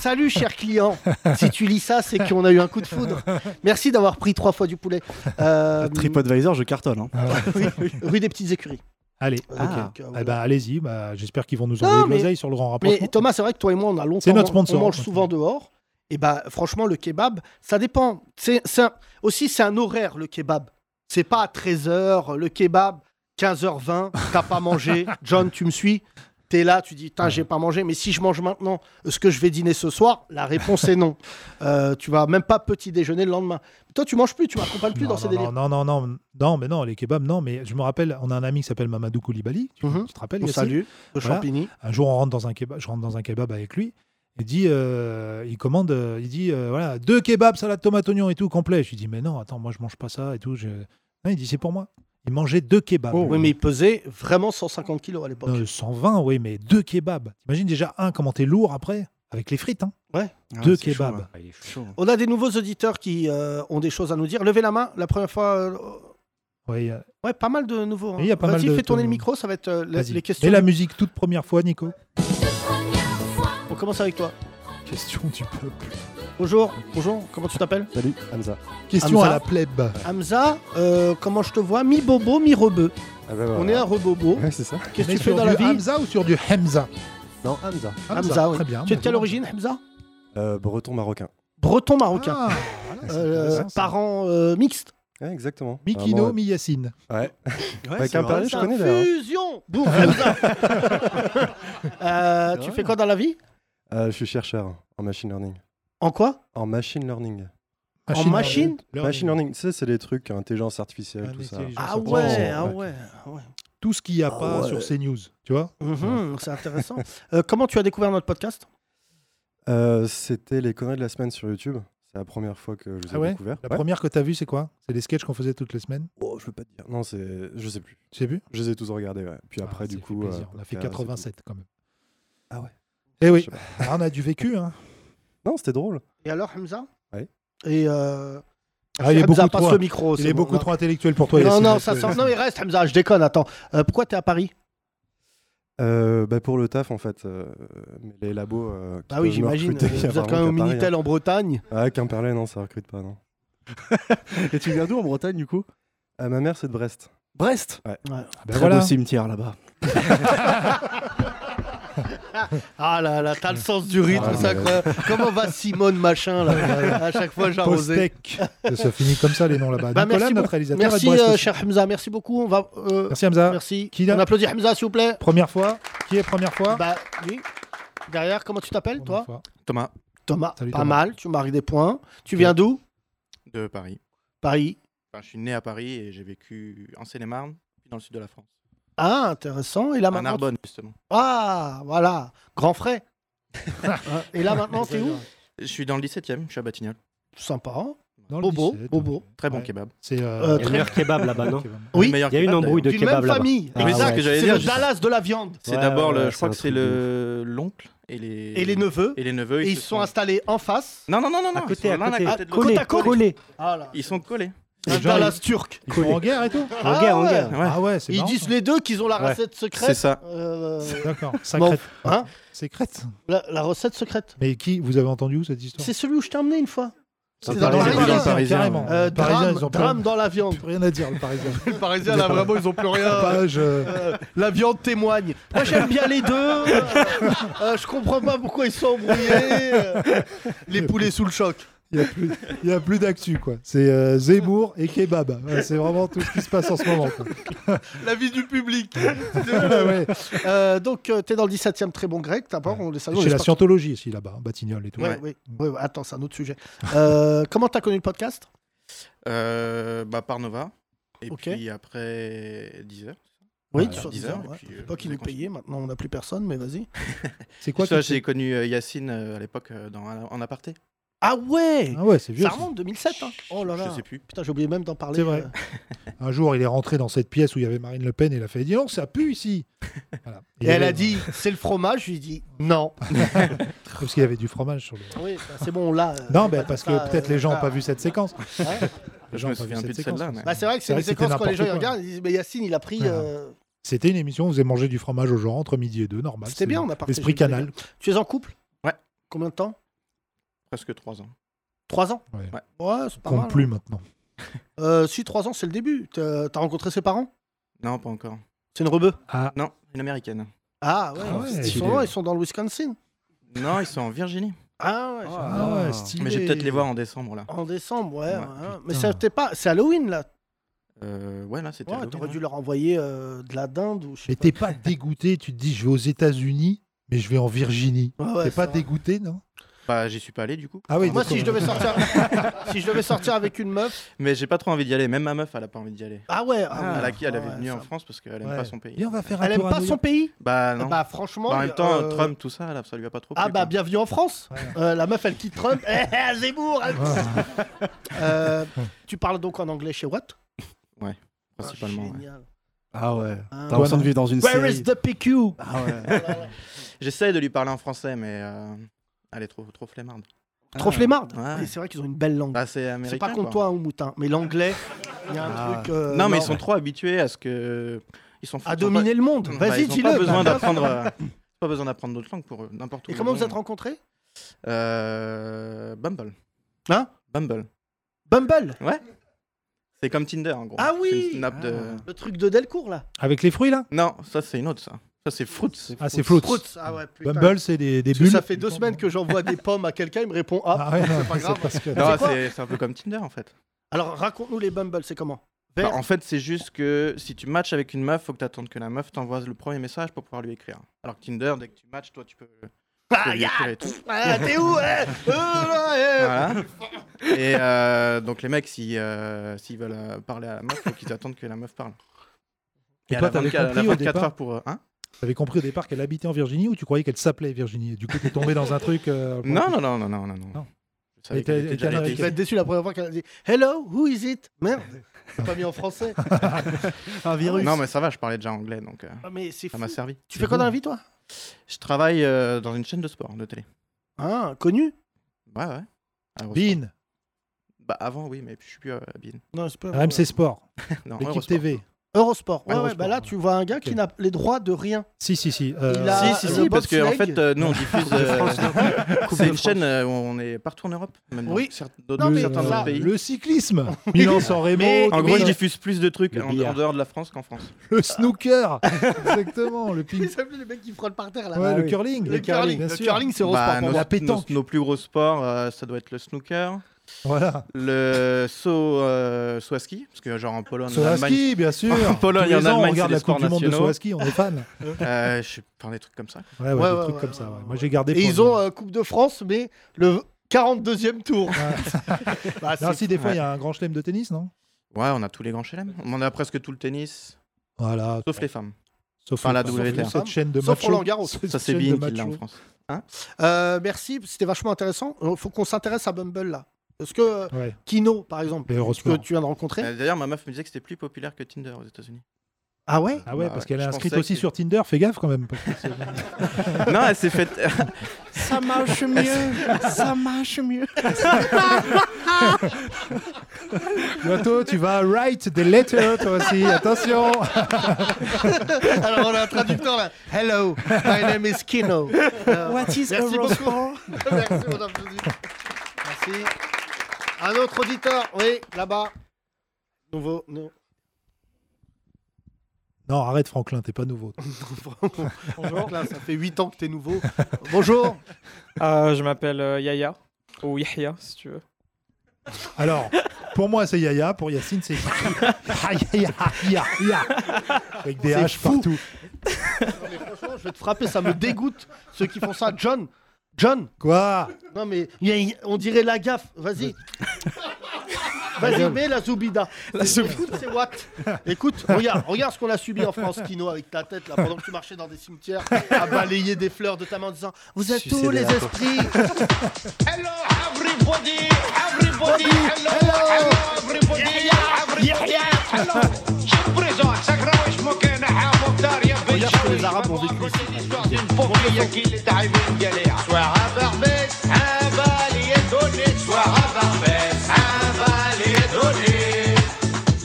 salut, cher client. Si tu lis ça, c'est qu'on a eu un coup de foudre. Merci d'avoir pris trois fois du poulet. Euh,
TripAdvisor, je cartonne. hein.
oui, oui, rue des petites écuries.
Ah Allez.
Euh,
Ah.
donc, euh,
Eh ben, allez-y. Bah, J'espère qu'ils vont nous
Non,
envoyer de
mais-
l'oseille sur le grand
Mais
rapprochement.
Thomas, c'est vrai que toi et moi, on a longtemps.
C'est notre sponsor,
On mange
hein.
souvent dehors. Et bah, franchement, le kebab, ça dépend. C'est c'est un- aussi, c'est un horaire, le kebab. C'est pas à 13h, le kebab, 15h20, t'as pas mangé. John, tu me suis T'es là, tu dis, Tain, j'ai pas mangé, mais si je mange maintenant, est-ce que je vais dîner ce soir La réponse est non. Euh, tu vas même pas petit déjeuner le lendemain. Toi, tu manges plus, tu m'accompagnes plus
non,
dans
non,
ces
non,
délires.
non, non, non, non, mais non, les kebabs, non, mais je me rappelle, on a un ami qui s'appelle Mamadou Koulibaly, tu,
Mhm.
tu te rappelles
On
Yacine
salue, le
Voilà.
champigny.
Un jour, on rentre dans un kebab, je rentre dans un kebab avec lui, il dit, euh, il commande, euh, il dit, euh, voilà, deux kebabs, salade, tomate, oignon et tout, complet. Je lui dis, mais non, attends, moi je mange pas ça et tout. Je... Non, il dit, c'est pour moi. Il mangeait deux kebabs.
Oh, Oui, mais il pesait vraiment 150 kilos à l'époque.
Non, 120, oui, mais deux kebabs. T'imagines déjà un, comment t'es lourd après, avec les frites, hein.
Ah,
deux
c'est chaud,
kebabs.
là.
Ah, il est chaud.
Chaud. hein.
On a des nouveaux auditeurs qui euh, ont des choses à nous dire. Levez la main. La première fois, euh,
Oui, euh,
ouais, pas mal de nouveaux. hein.
Oui, il y a pas mal
Vas-y,
de-
fais tourner
de-
le micro, ça va être euh, les,
vas-y.
les questions.
Et la musique, toute première fois, Nico.
On commence avec toi.
Question du peuple.
Bonjour, bonjour. Comment tu t'appelles
Salut, Hamza.
Question
Hamza.
à la plèbe.
Hamza. euh, comment je te vois Mi bobo, mi rebeu.
Ah, bah,
On
voilà.
est un rebobo.
Ouais, c'est ça.
Qu'est-ce
On
que
est
tu fais
sur
dans
du
la vie
Hamza ou sur du Hamza
Non, Hamza.
oui.
très bien.
Tu es de quelle origine, Hamza
Euh, breton marocain.
Breton marocain.
Ah, voilà, c'est
Euh,
intéressant, ça.
parents euh, mixtes.
Ouais, exactement.
Mi
Vraiment,
Kino,
euh,
mi Yacine.
Ouais.
Ouais,
Avec
c'est
un
vrai.
parler, je
Ça,
connais d'ailleurs. hein.
Fusion. Boum, Hamza. Euh,
C'est
tu
vrai.
fais quoi dans la vie
Euh, je suis chercheur en machine learning.
En quoi
En machine learning.
En machine
Machine learning, tu sais, c'est les trucs, intelligence artificielle, tout ça.
Ah
Intelligence
ouais,
artificielle.
ah ouais, ah ouais.
Tout ce qu'il n'y a pas
ouais.
sur CNews, tu vois
Ah Mhm, c'est intéressant. Euh, comment tu as découvert notre podcast
Euh, C'était les conneries de la semaine sur YouTube. C'est la première fois que je les ai
Ah ouais
découvert.
La
Ouais.
première que t'as vue, c'est quoi C'est les sketchs qu'on faisait toutes les semaines,
Oh, je veux pas te dire. Non, c'est, je sais plus.
tu sais vu
Je les ai tous regardés. Ouais. Puis après,
Ah,
du
ça fait
coup,
plaisir.
euh,
on a fait
podcast et tout.
87 quand même.
Ah ouais.
Eh oui,
Je sais pas.
Ah, on a du vécu. Hein.
Non, c'était drôle.
Et alors, Hamza
Ouais.
Et euh...
Ah, il est
Hamza,
beaucoup
passe
trop-
le micro.
Il
c'est
est
bon,
beaucoup
non.
trop intellectuel pour toi.
Non,
Yacine,
non,
laisse-le,
ça sort.
laisse-le.
Non, il reste, Hamza, je déconne, attends. Euh, pourquoi t'es à Paris
Euh, bah, pour le taf, en fait, euh, mais les labos. euh, qui
Ah
peuvent
oui,
me
j'imagine.
recruter, il y
Vous
a
êtes quand même
vraiment
au
qu'à Paris,
Minitel en Bretagne.
hein. Ah, Quimperlé, non, ça recrute pas, non.
Et tu viens d'où en Bretagne du coup
Ah, ma mère, c'est de Brest.
Brest bah,
Ah, ben
Très
voilà.
beau cimetière là-bas.
Ah là là, t'as le sens du rythme,
Ah,
c'est
mais-
incroyable. Comment va Simone Machin, là À chaque fois, j'arrosais.
Postec. ça finit comme ça les noms là-bas.
Bah,
Nicolas,
merci
Ah, notre
beaucoup.
réalisateur. est de
Merci,
Brest
euh,
aussi.
cher Hamza, merci beaucoup. On va. euh,
Merci Hamza.
merci.
Qui là
On applaudit Hamza, s'il vous plaît.
Première fois. Qui est première fois
Bah, lui. Derrière, comment tu t'appelles,
Première
toi
fois.
Thomas
Thomas,
Salut,
pas
Thomas.
mal, tu marques des points. Tu viens d'où
de Paris.
Paris.
Enfin, je suis né à Paris et j'ai vécu en Seine-et-Marne, puis dans le sud de la France.
Ah, intéressant. Et là
à
maintenant.
Narbonne, justement.
Ah, voilà, grand frais. Hein, Et là maintenant, t'es où
Je suis dans le 17e, je suis à Batignolles.
Sympa. hein
Dans le
Bobo,
17,
Bobo.
ouais.
Très bon
Ouais.
kebab.
C'est
Euh,
euh,
Il y a
très-
le meilleur kebab là-bas,
Kebab.
non
Oui,
Le meilleur
Il y a eu une
kebab,
embrouille de
D'une même
kebab là-bas.
famille.
Ah
ouais,
exact.
ce que j'allais
c'est
dire,
le
juste-
Dallas de la viande.
C'est
Ouais,
d'abord, le-
ouais,
je
c'est
crois
un
que c'est
truc
le l'oncle et les...
Et les neveux.
et les neveux.
Et ils se sont installés en face.
Non, non, non, non, non.
À côté,
ils
à
sont l'un
côté.
à côté de l'autre.
Côte à côte.
Collé.
Ah là.
Ils sont collés.
Un
gens,
Dallas turc.
ils sont en guerre et tout.
Ah
guerre, en
ouais.
guerre.
Ouais.
Ah ouais, c'est
Ils
marrant,
disent
ça.
les deux qu'ils ont la
Ouais.
recette secrète.
C'est ça.
Euh,
D'accord. Secrète.
hein
Secrète.
la, la recette secrète.
Mais qui Vous avez entendu où cette histoire
C'est celui où je t'ai emmené une fois.
C'est
dans le Parisien,
Parisien,
dans le Parisien.
carrément.
Euh,
Le Parisien,
drame,
ils ont plus
drame
rien-
dans la viande.
plus rien à dire, le Parisien.
Les Parisiens,
là, vraiment,
ils ont plus
Page, euh,
Euh, la viande témoigne. Moi j'aime bien les deux. Euh, euh, je comprends pas pourquoi ils sont embrouillés. Euh, les poulets sous le choc.
Il n'y a plus, il y a plus d'actu, quoi. C'est euh, Zemmour et Kebab. Ouais, c'est vraiment tout ce qui se passe en ce moment. quoi.
La vie du public.
Ah ouais.
Euh, donc euh, t'es dans le 17 e très Ah bon grec. T'as pas, on les salue. on
Chez
les
la
spa-
scientologie, ici, là-bas, en Batignolles et tout.
Ouais, ouais, ouais, ouais, attends, c'est un autre sujet. Euh, comment t'as connu le podcast
Euh, bah, par Nova. Et
Ok.
puis après 10 heures.
Oui,
Bah,
Voilà.
sur 10
10 heures,
heures.
et
ouais.
puis,
À
euh,
l'époque, il
on
est payé. Maintenant, on n'a plus personne, mais vas-y.
C'est quoi
Ça,
qui te-
j'ai connu euh, Yacine euh, à l'époque euh, dans, en aparté.
Ah ouais
Ah ouais, c'est vieux.
Ça
ça.
remonte 2007. hein. Oh là là.
Je sais plus.
Putain, j'ai oublié même d'en parler.
C'est vrai.
euh.
Un jour, il est rentré dans cette pièce où il y avait Marine Le Pen et il a fait Dis donc, ça pue ici Voilà.
Et
Il
elle a
avait-
dit, c'est le fromage. Je lui ai dit, non.
Parce qu'il y avait du fromage sur le.
Oui, bah, c'est bon, là. euh,
Non, ben,
c'est pas
parce
comme ça,
que peut-être
euh,
les gens n'ont
ah.
pas vu cette séquence.
Ouais.
Les
Je
gens
me
ont pas vu
souviens
cette
plus de
séquence,
celle-là.
en
mais-
fait.
Bah, c'est vrai que c'est
C'est vrai
une
que c'était
séquence quand les gens ils
n'importe quoi.
regardent, ils disent, mais Yacine, il a pris.
Ouais.
euh,
C'était une émission, on faisait manger du fromage aux gens entre midi et deux, normal.
C'était bien, on a partagé,
Esprit
c'était
canal.
Tu es en couple
Ouais.
Combien de temps
Presque 3 ans.
Trois ans
Ouais.
Ouais, c'est pas
Compte
mal. hein.
plus maintenant.
Euh, si, trois ans, c'est le début. T'as t'as rencontré ses parents
Non, pas encore.
C'est une rebeu
Ah,
Non, une américaine.
Ah ouais,
Ah ouais,
ils,
stylé.
sont, là, ils sont dans le Wisconsin.
Non, ils sont en Virginie.
Ah ouais. ça-
ah ouais,
Mais je vais peut-être les voir en décembre là.
En décembre, ouais.
Ouais,
ouais, ouais. Mais
putain.
c'était pas. C'est Halloween là.
Euh, ouais, là c'était.
Ouais,
Halloween,
t'aurais dû
ouais.
leur envoyer euh, de la dinde ou je sais
Mais
pas.
t'es pas dégoûté, tu te dis Je vais aux États-Unis, mais je vais en Virginie.
Ouais, ouais,
t'es pas
c'est vrai.
dégoûté, non
Bah, j'y suis pas allé du coup.
Ah oui,
Moi,
d'accord.
si je devais sortir, si je devais sortir avec une meuf,
Mais j'ai pas trop envie d'y aller. Même ma meuf, elle a pas envie d'y aller.
ah ouais. ah ouais,
elle a qui Elle
ah
avait
ouais,
venu
ça-
en France parce qu'elle aime
Ouais.
pas son pays.
Viens, on va faire un
Elle aime
tour à
pas
New
son
York.
pays.
Bah non.
Bah franchement.
Bah, en même temps,
euh,
Trump, tout ça, là, ça lui a pas trop
Ah
plu,
bah
quoi.
bienvenue en France. Euh, la meuf elle quitte Trump. Eh, eh, Zemmour. elle-
Ah,
Euh, tu parles donc en anglais chez Watt hein.
principalement. ouais.
Génial.
Ah ouais.
Ah,
T'as
ouais.
l'impression de vivre dans une
Where
série.
is the PQ
Ah ouais.
J'essaye de lui parler en français, mais euh, elle est trop, trop flemmarde.
Trop flemmarde.
Ah, Ouais.
Et C'est vrai qu'ils ont une belle langue.
Bah, c'est
C'est
américain.
pas contre
quoi.
toi, hein, Moutin, mais l'anglais, il y a un
Ah.
truc. euh,
non, mais ils sont trop habitués à ce que. Ils sont
À dominer le monde.
Bah,
Vas-y,
ils ont
dis-le.
pas besoin
bah,
d'apprendre. euh, Pas besoin d'apprendre d'autres langues pour eux, n'importe où.
Et comment
dans
vous
le
êtes
monde.
rencontrés
Euh, Bumble.
Hein
Bumble.
Bumble
C'est comme Tinder en gros.
Ah oui
C'est une app de-
Le truc de Delcourt, là.
Ah. Avec les fruits, là
Non, ça c'est une autre ça. Ça c'est Fruits.
Ah, c'est Floats.
Proutz. Ah ouais, putain.
Bumble, c'est des, des
Parce que
bulles.
ça fait deux semaines que j'envoie des pommes à quelqu'un, il me répond Ah.
Ah ouais, non,
c'est pas
mais
grave.
c'est parce que.
Non,
C'est quoi
c'est c'est un peu comme Tinder en fait.
Alors raconte-nous les Bumble, c'est comment
Bah,
Vert.
en fait, c'est juste que si tu matches avec une meuf, faut que tu attendes que la meuf t'envoie le premier message pour pouvoir lui écrire. Alors que Tinder, dès que tu matches, toi tu peux. tu peux
Ah,
lui
ya
écrire et tout.
Ah, T'es où eh Euh, là, eh
Voilà. Et euh, donc les mecs, s'ils euh, s'ils veulent euh, parler à la meuf, faut qu'ils attendent que la meuf parle.
Et
à
toi,
la
t'avais
24 à
compris
la
au
24
départ
heures pour. euh, hein
T'avais compris au départ qu'elle habitait en Virginie ou tu croyais qu'elle s'appelait Virginie Du coup, t'es tombé dans un truc. euh,
non, non, non, non, non, non, non.
Non.
Je savais
Et t'as-
qu'elle était
et t'as
déjà
arrêté.
Tu vas être déçu la première fois qu'elle a dit Hello, who is it Merde, c'est pas mis en français.
Un virus.
Non, mais ça va, je parlais déjà anglais, donc euh,
Ah, mais c'est
ça
fou.
m'a servi.
Tu fais quoi dans la vie, toi
Je travaille euh, dans une chaîne de sport, de télé.
Hein, connu
Ouais, ouais. Ah, À Eurosport.
Bean,
Bah, avant, oui, mais je suis plus euh, à Bean.
Non, c'est pas.
RMC Sport,
Non,
l'équipe
Eurosport.
TV.
Eurosport. Ouais, ouais,
Eurosport,
bah là,
ouais.
tu vois un gars qui
Ok.
n'a les droits de rien.
Si, si, si. euh,
Il a- Ah,
si, si,
le
si, parce que en
bobsleigh.
fait, euh, nous on diffuse. euh, c'est une chaîne euh, où on est partout en Europe, même dans
Oui.
certes- d'autres-
Non,
le,
mais
certains
ça-
autres pays.
le cyclisme, Milan-San
Mais-
Remo,
En gros,
mais-
ils diffusent plus de trucs
Le
en,
billard.
en dehors de la France qu'en France.
le snooker, exactement, le ping,
Ils s'appellent les mecs qui frôlent par terre là.
ouais, le
oui.
curling,
Bah Ah Le curling,
bien
le
sûr.
curling, c'est Eurosport.
Bah,
pour
nos,
moi.
la pétanque.
nos- nos plus gros sports, euh, ça doit être le snooker,
Voilà,
le saut euh, saut à ski, parce que genre en Pologne, en
saut à
Allemagne,
ski, bien sûr.
En Pologne,
Tous les
en
ans,
Allemagne,
on regarde
c'est
la
les sports
Coupe du Monde de
nationaux.
saut à ski, on est fan.
euh, je enfin des trucs comme ça.
Ouais, ouais,
Ouais,
des
ouais,
trucs
ouais,
comme
ouais,
ça. ouais.
ouais,
Moi, j'ai gardé.
Et
pour
ils
le-
ont euh, Coupe de France, mais le 42e tour. Bah,
Non,
c'est-
si des fois, il y a un grand chelem de tennis, non
Ouais, on a tous les grands chelems. On a presque tout le tennis,
Voilà.
sauf les femmes.
Sauf
Enfin, la
sauf
WTA.
cette chaîne de
Sauf
macho.
Roland Garros.
Cette
Ça, c'est
chaîne de
bien qui l'a en
macho.
France.
Euh, merci, c'était vachement intéressant. Il faut qu'on s'intéresse à Bumble là. Est-ce que euh,
Ouais,
Kino, par exemple,
les
que
Eurosport.
tu viens de rencontrer
Euh, D'ailleurs, ma meuf me disait que c'était plus populaire que Tinder aux États-Unis.
Ah ouais
Ah ouais,
Bah,
parce qu'elle est
je
inscrite
pensais
aussi
que-
sur Tinder, fais gaffe quand même. parce que c'est-
non, elle s'est faite.
Ça marche mieux. Ça marche mieux.
Bientôt, tu vas write des letters, toi aussi, attention
Alors on a un traducteur là. Hello, my name is Kino. Euh,
What is
merci beaucoup.
Eurosport
merci, on applaudit. Merci. Un autre auditeur, oui, là-bas. Nouveau, nou-
Non, arrête Franklin, t'es pas nouveau.
Bonjour. Là, ça fait 8 ans que t'es nouveau. Bonjour.
Euh, je m'appelle euh, Yaya, ou Yahya si tu veux.
Alors, pour moi, c'est Yaya, pour Yacine, c'est Yaya, Yaya, Yaya. Avec des
C'est
H
fou.
partout.
Non, mais franchement, je vais te frapper, ça me dégoûte ceux qui font ça. John, John,
Quoi
non mais y a- y- on dirait la gaffe, vas-y. Vas-y,
gueule.
mets la Zoubida.
La
C'est-
Zoubida.
Écoute, c'est Watt. Écoute, regarde, regarde ce qu'on a subi en France, Kino, avec ta tête là, pendant que tu marchais dans des cimetières, à balayer des fleurs de ta main en disant Vous êtes
Sucer
tous
des
les
lapins.
esprits
Everybody, everybody, hello, hello, everybody, everybody, hello. Je vous présente, ça graouche, moi, qu'un ahab, Mokhtar, y'a ben
Regarde que les Arabes ont vécu. ici.
l'histoire d'une pauvrière qui les taille une galère. Soir à Barbès, un balai est donné. Soir à Barbès, un balai est donné.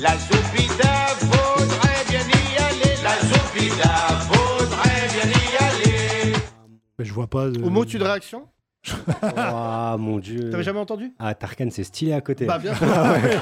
La Zopita faudrait bien y aller. La Zopita faudrait bien y aller.
Mais je vois pas. de-
Au mot, tu de réaction
Ah mon dieu.
T'avais jamais entendu
Ah, Tarkan, c'est stylé à côté.
Bah, bien sûr.
Ah ouais.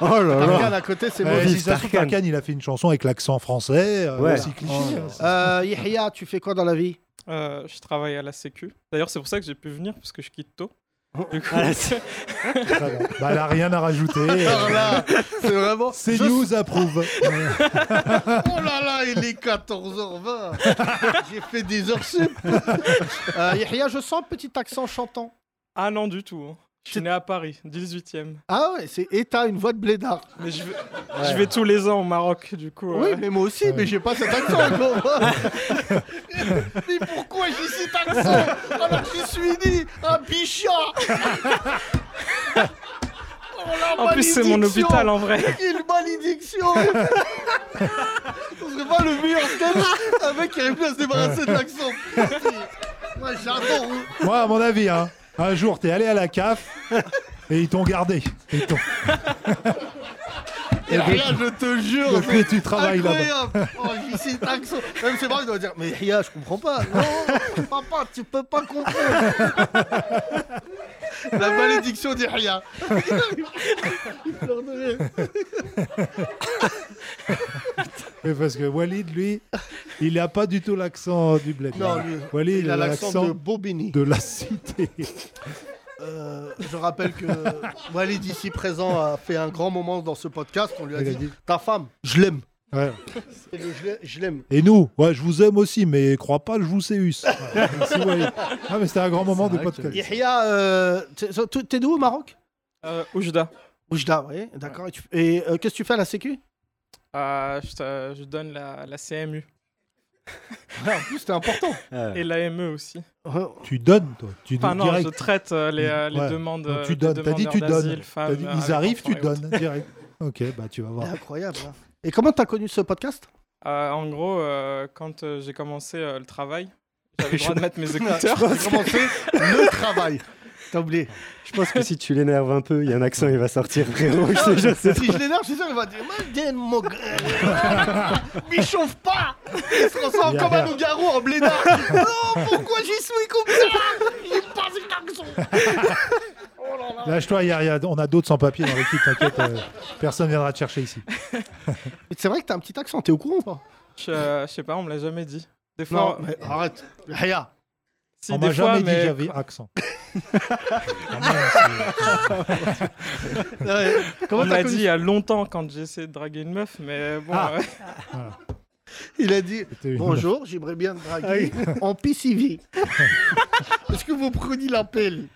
Oh là là. Tarkan à côté, c'est
Ouais,
mauvais.
Si ça se trouve,
Tarkan.
Tarkan, il a fait une chanson avec l'accent français, euh,
Ouais.
aussi cliché. hein.
Euh, Yahya, tu fais quoi dans la vie
Euh, je travaille à la Sécu. D'ailleurs, c'est pour ça que j'ai pu venir, parce que je quitte tôt.
Oh.
Du
Ah,
coup,
Bah, elle a rien à rajouter.
Alors là,
c'est vraiment.
C'est news approuve.
Oh là là, il est 14h20. J'ai fait des heures sup. Euh, Yahya, je sens petit accent chantant.
Ah non, du tout. Je suis né à Paris, 18 e
Ah ouais, c'est et t'as une voix de blédard.
Mais je vais, je vais tous les ans au Maroc, du coup.
Oui,
euh.
mais moi aussi, mais j'ai pas cet accent. gros. mais pourquoi j'ai cet accent alors que je Ah, bah, suis né un bichat Oh la
En plus, c'est mon
malédiction.
hôpital, en vrai.
Quelle malédiction On serait pas le meilleur sketch avec qui arrive plus à se débarrasser de l'accent. Moi, j'adore.
Moi, à mon avis, hein, un jour, t'es allé à la CAF et ils t'ont gardé. Ils t'ont-
Et là, je te jure.
Depuis,
c'est
tu travailles là-bas.
incroyable. Oh, j'ai cet accent. Même c'est marrant, il doit dire Mais Ria, je comprends pas. Non, papa, tu peux pas comprendre. La malédiction d'Ihya. Il pleure de rire.
Mais parce que Walid, lui, il a pas du tout l'accent du bled.
Non, lui,
Walid,
il a l'accent de Bobigny.
De la cité.
Euh, je rappelle que Walid, ici présent, a fait un grand moment dans ce podcast. On lui a
Il a
dit,
dit.
Ta femme, je l'aime.
Ouais.
C'est le je l'ai- je l'aime.
Et nous, ouais, je vous aime aussi, mais crois pas, je vous séus. Voilà. Merci, Walid. Ah, mais c'était un grand moment de podcast.
Yahya, euh, t'es- t'es d'où au Maroc
Euh, Oujda.
Oujda, oui, d'accord. Et, tu- et, euh, qu'est-ce que tu fais à la Sécu
Euh, je, te- je donne la, la CMU.
En plus, c'était important.
Et l'AME aussi.
Tu donnes, toi. Tu
Enfin,
donnes
non,
direct.
je traite euh, les, euh, les
Ouais.
demandes.
Donc,
euh,
tu
des
donnes. T'as dit tu
demandeurs
donnes.
d'asile, femmes,
T'as dit,
avec
ils arrivent, tu
enfants et autres.
donnes direct. Ok, bah tu vas voir.
Incroyable. hein. Et comment t'as connu ce podcast
Euh, en gros, euh, quand euh, j'ai commencé euh, le travail, j'avais le
Je
droit de
pense-
mettre mes écouteurs.
Je pense que- Commencer le travail. T'as oublié.
Je pense que si tu l'énerves un peu, il y a un accent, il va sortir, frérot. Je te jure, c'est
si je l'énerve, je suis sûr qu'il va dire Madame mon gars, il chauffe pas Il se ressent
Yahya.
comme un loup-garou en blédard Non, pourquoi j'y suis comme ça J'ai pas cet accent
Lâche-toi, il y a- il y a- on a d'autres sans papier dans l'équipe, t'inquiète. euh, personne viendra te chercher ici.
Mais C'est vrai que t'as un petit accent, t'es au courant ou pas
Je, euh, je sais pas, on me l'a jamais dit. Des
Non,
fois.
mais arrête. Yahya.
Si,
on
des
m'a
fois,
jamais dit
mais-
que j'avais accent.
Ah Ouais. Comment
on
t'as
m'a
connu
dit
ce-
il y a longtemps quand j'ai essayé de draguer une meuf, mais bon.
Ah.
ouais.
Il a dit
une
Bonjour, j'aimerais bien te draguer
Ah oui.
en PCV. Est-ce que vous prenez l'appel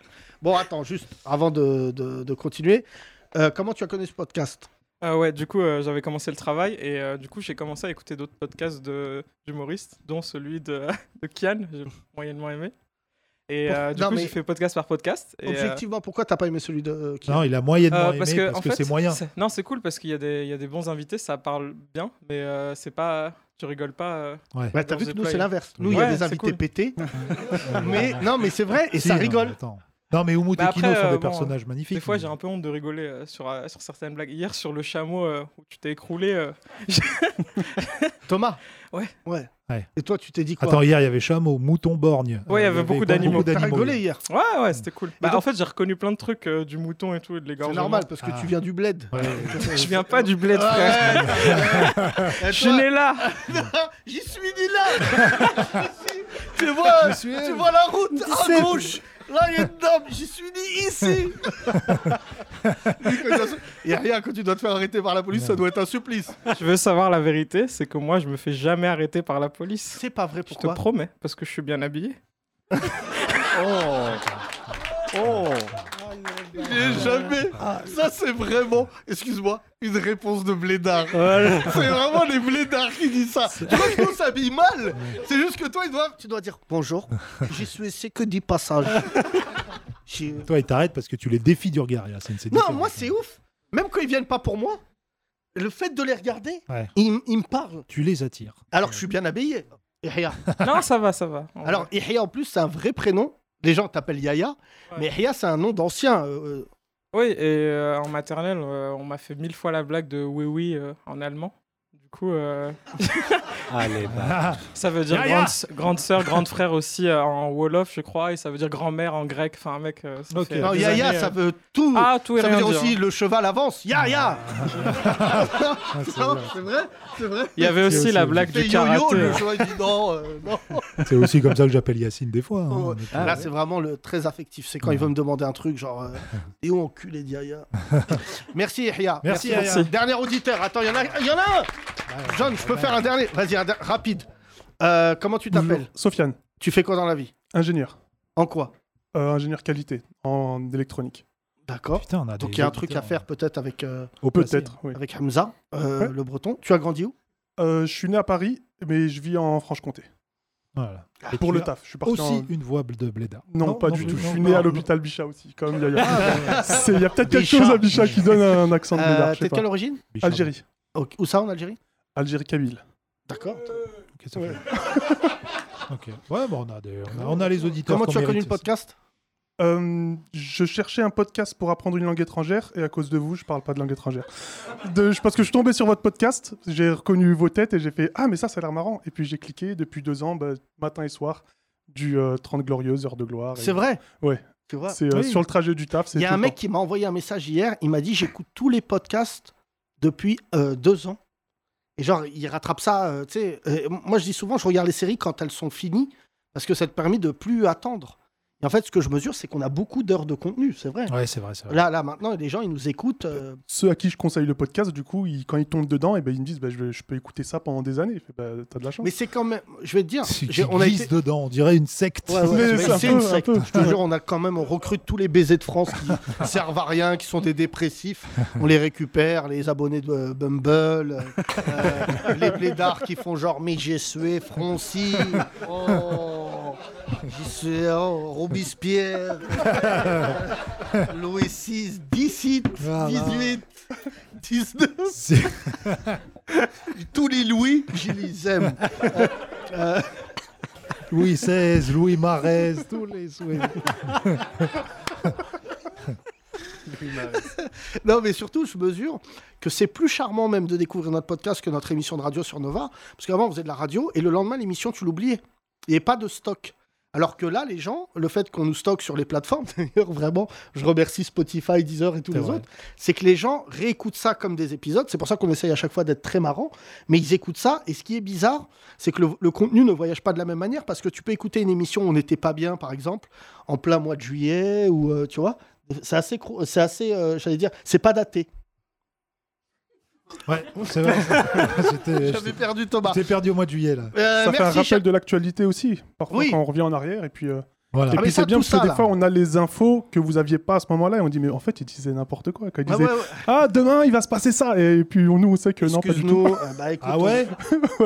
Bon, attends, juste avant de, de- de continuer, euh, comment tu as connu ce podcast
Ah ouais, du coup, euh, j'avais commencé le travail et euh, du coup, j'ai commencé à écouter d'autres podcasts de- d'humoristes, dont celui de, de Kian, j'ai moyennement aimé. Et
Pour-
euh, du
Non,
coup,
mais-
j'ai fait podcast par podcast. Et, euh,
Objectivement, pourquoi t'as pas aimé celui de euh, qui
Non, il a moyennement
euh,
aimé parce
que,
que,
en fait,
c'est moyen.
c'est- Non, c'est cool parce qu'il y, a des- il y a des bons invités, ça parle bien, mais euh, c'est pas. Tu rigoles pas. euh,
Ouais.
dans
Bah, t'as vu
The
que nous,
Play.
c'est l'inverse. Nous, il y
Ouais,
a des
c'est
invités
cool.
pétés. mais non, mais c'est vrai, et
Si,
ça
non,
rigole.
mais attends. Non, mais Oumou
Bah
et Kino
après,
sont
euh,
des
bon,
personnages magnifiques.
Des fois, j'ai un peu honte de rigoler euh, sur, euh, sur certaines blagues. Hier, sur le chameau euh, où tu t'es écroulé. euh,
Thomas
Ouais.
Ouais.
Ouais.
Et toi, tu t'es dit quoi
Attends, hier, il y avait chameau, mouton borgne.
Ouais, Euh, il y avait beaucoup d'animaux.
T'as rigolé hier.
Ouais, ouais, c'était cool. Bah,
donc-
en fait, j'ai reconnu plein de trucs euh, du mouton et tout, et de l'égorgement.
C'est normal parce que
Ah.
tu viens du bled.
Je viens pas du bled, frère.
Et
Je
toi
suis né là.
Ah, J'y suis né là Tu vois,
J'y suis
tu
allé.
vois la route à
C'est-
gauche Là, il y a une dame, j'y suis né ici Il y a rien quand tu dois te faire arrêter par la police, ça doit être un supplice.
Tu veux savoir la vérité C'est que moi, je me fais jamais arrêter par la police.
C'est pas vrai,
Je
pourquoi
te promets, parce que je suis bien habillé.
Oh Oh J'ai jamais. Ça, c'est vraiment, excuse-moi, une réponse de blédard. C'est vraiment les blédards qui disent ça. Tu vois, nous, on s'habille mal. C'est juste que toi, ils doivent... tu dois dire bonjour. J'ai souhaité que des passages. J'ai-
Toi, ils t'arrêtent parce que tu les défies du regard, Yacine. c'est
Non,
différent.
moi, c'est ouf. Même quand ils viennent pas pour moi, le fait de les regarder,
Ouais.
ils, ils me parlent.
Tu les attires.
Alors que je suis bien habillé. Yahya.
Non, ça va, ça va.
Alors, Yahya, en plus, c'est un vrai prénom. Les gens t'appellent Yahya, mais Yahya, c'est un nom d'ancien. euh, euh,
Oui, et euh, en maternelle, euh, on m'a fait mille fois la blague de oui, oui euh, en allemand. Du coup, euh,
Allez, bah.
ça veut dire
Ya, ya.
grande, s- grande sœur, grande frère aussi euh, en Wolof, je crois, et ça veut dire grand-mère en grec. Enfin, mec, euh, ça fait
Non,
des
Yahya,
années, euh,
ça veut tout.
Ah, tout et
ça veut
rien
dire
dire.
aussi le cheval avance. Yahya
Ah.
Non,
c'est
non,
vrai.
Ah, c'est vrai, c'est vrai.
Il y avait aussi la blague
Il fait
du
yo-yo,
karaté.
le cheval, il dit non, euh, non.
C'est aussi comme ça que j'appelle Yacine des fois. hein.
Oh, là, c'est vraiment le très affectif. C'est quand il veut me demander un truc, genre, euh, et où enculé d'Yahya Merci, Yahya.
Merci, Yahya.
Dernier auditeur. Attends, il y en a, il y en a un John, je peux faire un dernier Vas-y, un der- rapide. Euh, comment tu t'appelles
Sofiane.
Tu fais quoi dans la vie
Ingénieur.
En quoi
Ingénieur qualité, en électronique.
D'accord. Donc, il y a un truc à faire peut-être avec, euh,
Au placé, Peut-être, hein. oui.
avec Hamza, euh,
Ouais.
le breton. Tu as grandi où
Je suis né à Paris, mais je vis en Franche-Comté.
Voilà. Et
Pour
tu
le
as
taf, je suis parti
Aussi
en-
une voix de Bléda.
Non, pas du tout. je suis né à l'hôpital Bichat aussi, comme Yaya.
Ah, ouais.
C'est- Il y a peut-être quelque
Bichat.
chose à Bichat qui donne un accent de
Euh,
Bédard. je sais
T'es de
pas.
quelle origine
Algérie.
Ok, Où ça en Algérie
Algérie Kabyle.
D'accord.
Ouais.
Ok. Ouais, bon, on a, des- on a- on a les auditeurs.
Comment
qu'on
tu as connu
mérite,
le
podcast
Euh, Je cherchais un podcast pour apprendre une langue étrangère et à cause de vous, je parle pas de langue étrangère. De, je- parce que je suis tombé sur votre podcast, j'ai reconnu vos têtes et j'ai fait Ah, mais ça, ça a l'air marrant. Et puis j'ai cliqué depuis deux ans, bah, matin et soir, du euh, 30 Glorieuses, Heure de Gloire. et-
C'est vrai
Ouais.
Tu vois
C'est euh,
Oui.
sur le trajet du taf. c'est
Il y a
tout
un
le
mec
temps.
qui m'a envoyé un message hier. Il m'a dit J'écoute tous les podcasts depuis euh, deux ans. Et genre, il rattrape ça. euh, tu sais, euh, moi, je dis souvent Je regarde les séries quand elles sont finies parce que ça te permet de plus attendre. Et en fait, ce que je mesure, c'est qu'on a beaucoup d'heures de contenu. C'est vrai.
Ouais, c'est vrai, c'est vrai.
Là, là, maintenant, les gens, ils nous écoutent. euh,
Ceux à qui je conseille le podcast, du coup, ils- quand ils tombent dedans, et ben, ils me disent bah, je, vais- je peux écouter ça pendant des années. Je fais, Bah, T'as de la chance.
Mais c'est quand même. Je vais te dire.
C'est
j'ai-
qui glisse dedans, on dirait une secte.
Ouais, ouais, mais
un
c'est
peu-
une
un
secte.
peu.
Je te jure, on a quand même, on recrute tous les baisers de France qui servent à rien, qui sont des dépressifs. On les récupère, les abonnés de euh, Bumble, euh, euh, les blédards qui font genre mais j'ai sué, Franci, oh, j'ai sué, oh, Robespierre, Louis VI, 17, 18, 19. tous les Louis, je les aime. Euh, euh,
Louis XVI, Louis Marez, tous les souhaits.
non, mais surtout, je mesure que c'est plus charmant même de découvrir notre podcast que notre émission de radio sur Nova. Parce qu'avant, on faisait de la radio et le lendemain, l'émission, tu l'oubliais. Il n'y avait pas de stock. Alors que là, les gens, le fait qu'on nous stocke sur les plateformes, d'ailleurs, vraiment, je remercie Spotify, Deezer et tous les
vrai.
autres, c'est que les gens réécoutent ça comme des épisodes. C'est pour ça qu'on essaye à chaque fois d'être très marrant, mais ils écoutent ça. Et ce qui est bizarre, c'est que le, le contenu ne voyage pas de la même manière parce que tu peux écouter une émission où on n'était pas bien, par exemple, en plein mois de juillet, ou euh, tu vois, c'est assez, cro- c'est assez, euh, j'allais dire, c'est pas daté.
Ouais, c'est vrai. J'étais-
J'avais perdu Thomas.
J'étais perdu au mois de juillet, là.
Euh,
ça fait un rappel
cher-
de l'actualité aussi. Parfois,
Oui.
quand on revient en arrière, et puis. euh,
Voilà.
Et
Ah, mais
puis,
ça,
c'est bien
tout
parce
ça,
que des
là.
fois, on a les infos que vous aviez pas à ce moment-là, et on dit, mais en fait, ils disaient n'importe quoi. Quand ils
Ah
disaient,
ouais, ouais.
ah, demain, il va se passer ça. Et puis, on- nous, on sait que non, pas du
Excuse-nous,
tout.
euh, bah, écoute,
Ah ouais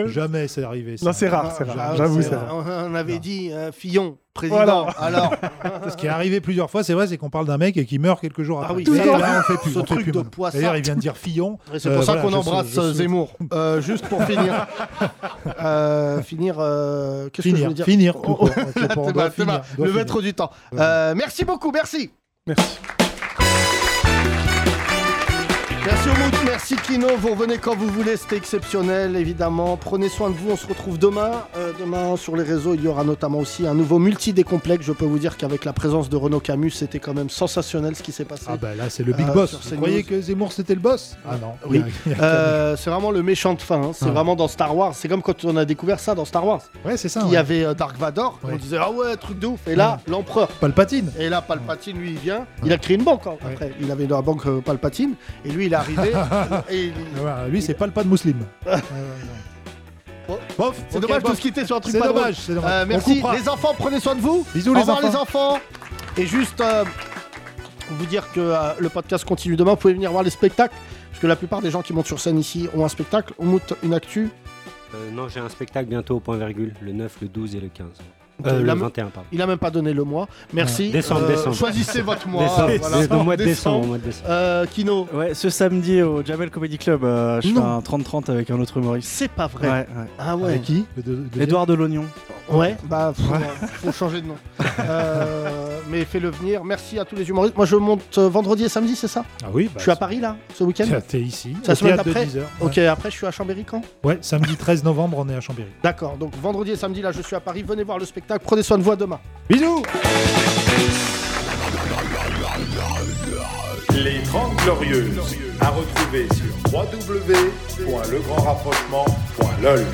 Jamais c'est arrivé. ça.
Non, c'est rare, c'est
Ah,
rare. J'avoue,
c'est-
c'est rare.
on, on avait dit euh, Fillon, président.
Voilà.
Alors,
Ce qui est arrivé plusieurs fois, c'est vrai, c'est qu'on parle d'un mec et qui meurt quelques jours après.
Ah oui,
Et
c'est vrai.
Ah là, on fait plus.
Ce
on fait
truc
plus
de
maintenant.
poisson.
D'ailleurs, il vient de dire Fillon.
Et c'est pour
Euh, voilà,
ça qu'on
je
embrasse
sou- je
euh,
sou-
Zemmour. Euh, juste pour finir. Euh, finir. euh, Qu'est-ce que
Finir,
je veux dire
finir, tout
Oh,
court.
là,
C'est pas- on
t'es
doit
mal, t'es
finir,
mal.
doit
Le
finir.
maître du temps. Euh, merci beaucoup, merci.
Merci.
Merci Oumout, merci Kino, vous revenez quand vous voulez, c'était exceptionnel évidemment. Prenez soin de vous, on se retrouve demain. Euh, demain sur les réseaux, il y aura notamment aussi un nouveau multi-décomplexe. Je peux vous dire qu'avec la présence de Renaud Camus, c'était quand même sensationnel ce qui s'est passé.
Ah bah là, c'est le big
Euh,
boss.
sur
Vous
CNews.
croyez que Zemmour c'était le boss Ah non.
Oui,
Il y a- il y a-
Euh, c'est vraiment le méchant de fin. hein. C'est
Ouais.
vraiment dans Star Wars. C'est comme quand on a découvert ça dans Star Wars.
Ouais, c'est ça.
Il
ouais.
y avait euh, Dark Vador. On disait ah ouais, truc de ouf. Et là, l'empereur.
Palpatine.
Et là, Palpatine, lui, il vient. Il a créé une banque hein, après. Il avait la banque euh, Palpatine. Et lui, il est arrivé. et il-
Voilà, lui, c'est pas le pas de mousseline.
Bon,
Bof,
c'est dommage de se quitter sur un truc
C'est
pas drôle.
dommage, c'est dommage.
Euh,
On
merci.
coupera.
Les enfants, prenez soin de vous.
Bisous,
Au
les
revoir,
enfants.
les enfants. Et juste, euh, vous dire que euh, le podcast continue demain. Vous pouvez venir voir les spectacles, parce que la plupart des gens qui montent sur scène ici ont un spectacle. On monte une actu.
Euh, non, j'ai un spectacle bientôt au point virgule, le 9, le 12 et le 15.
Ok,
Euh,
il
le
a me-
21, pardon.
Il a même pas donné le mois. Merci.
Ouais. Décembre,
Euh,
décembre.
Choisissez votre mois.
Décembre.
voilà.
Décembre, au mois de décembre, au mois de décembre.
Euh, Kino.
Ouais, ce samedi au Jamel Comedy Club, euh, je fais
Non.
un 30-30 avec un autre humoriste.
C'est pas vrai.
Ouais, ouais.
Ah ouais. Avec qui
Le
Édouard de l'Oignon.
Ouais, bah, faut, faut changer de nom. Euh, mais fais-le venir. Merci à tous les humoristes. Moi, je monte euh, vendredi et samedi, c'est ça
Ah oui, bah,
Je suis à Paris, là, ce week-end
Tiens, t'es ici,
Ça
au
se met
théâtre de
après
10 heures, ouais.
Ok, après, je suis à Chambéry quand
Ouais, samedi 13 novembre, on est à Chambéry.
D'accord, donc vendredi et samedi, là, je suis à Paris. Venez voir le spectacle. Prenez soin de vous à demain.
Bisous
Les 30 Glorieuses, à retrouver sur www.legrandrapprochement.lol.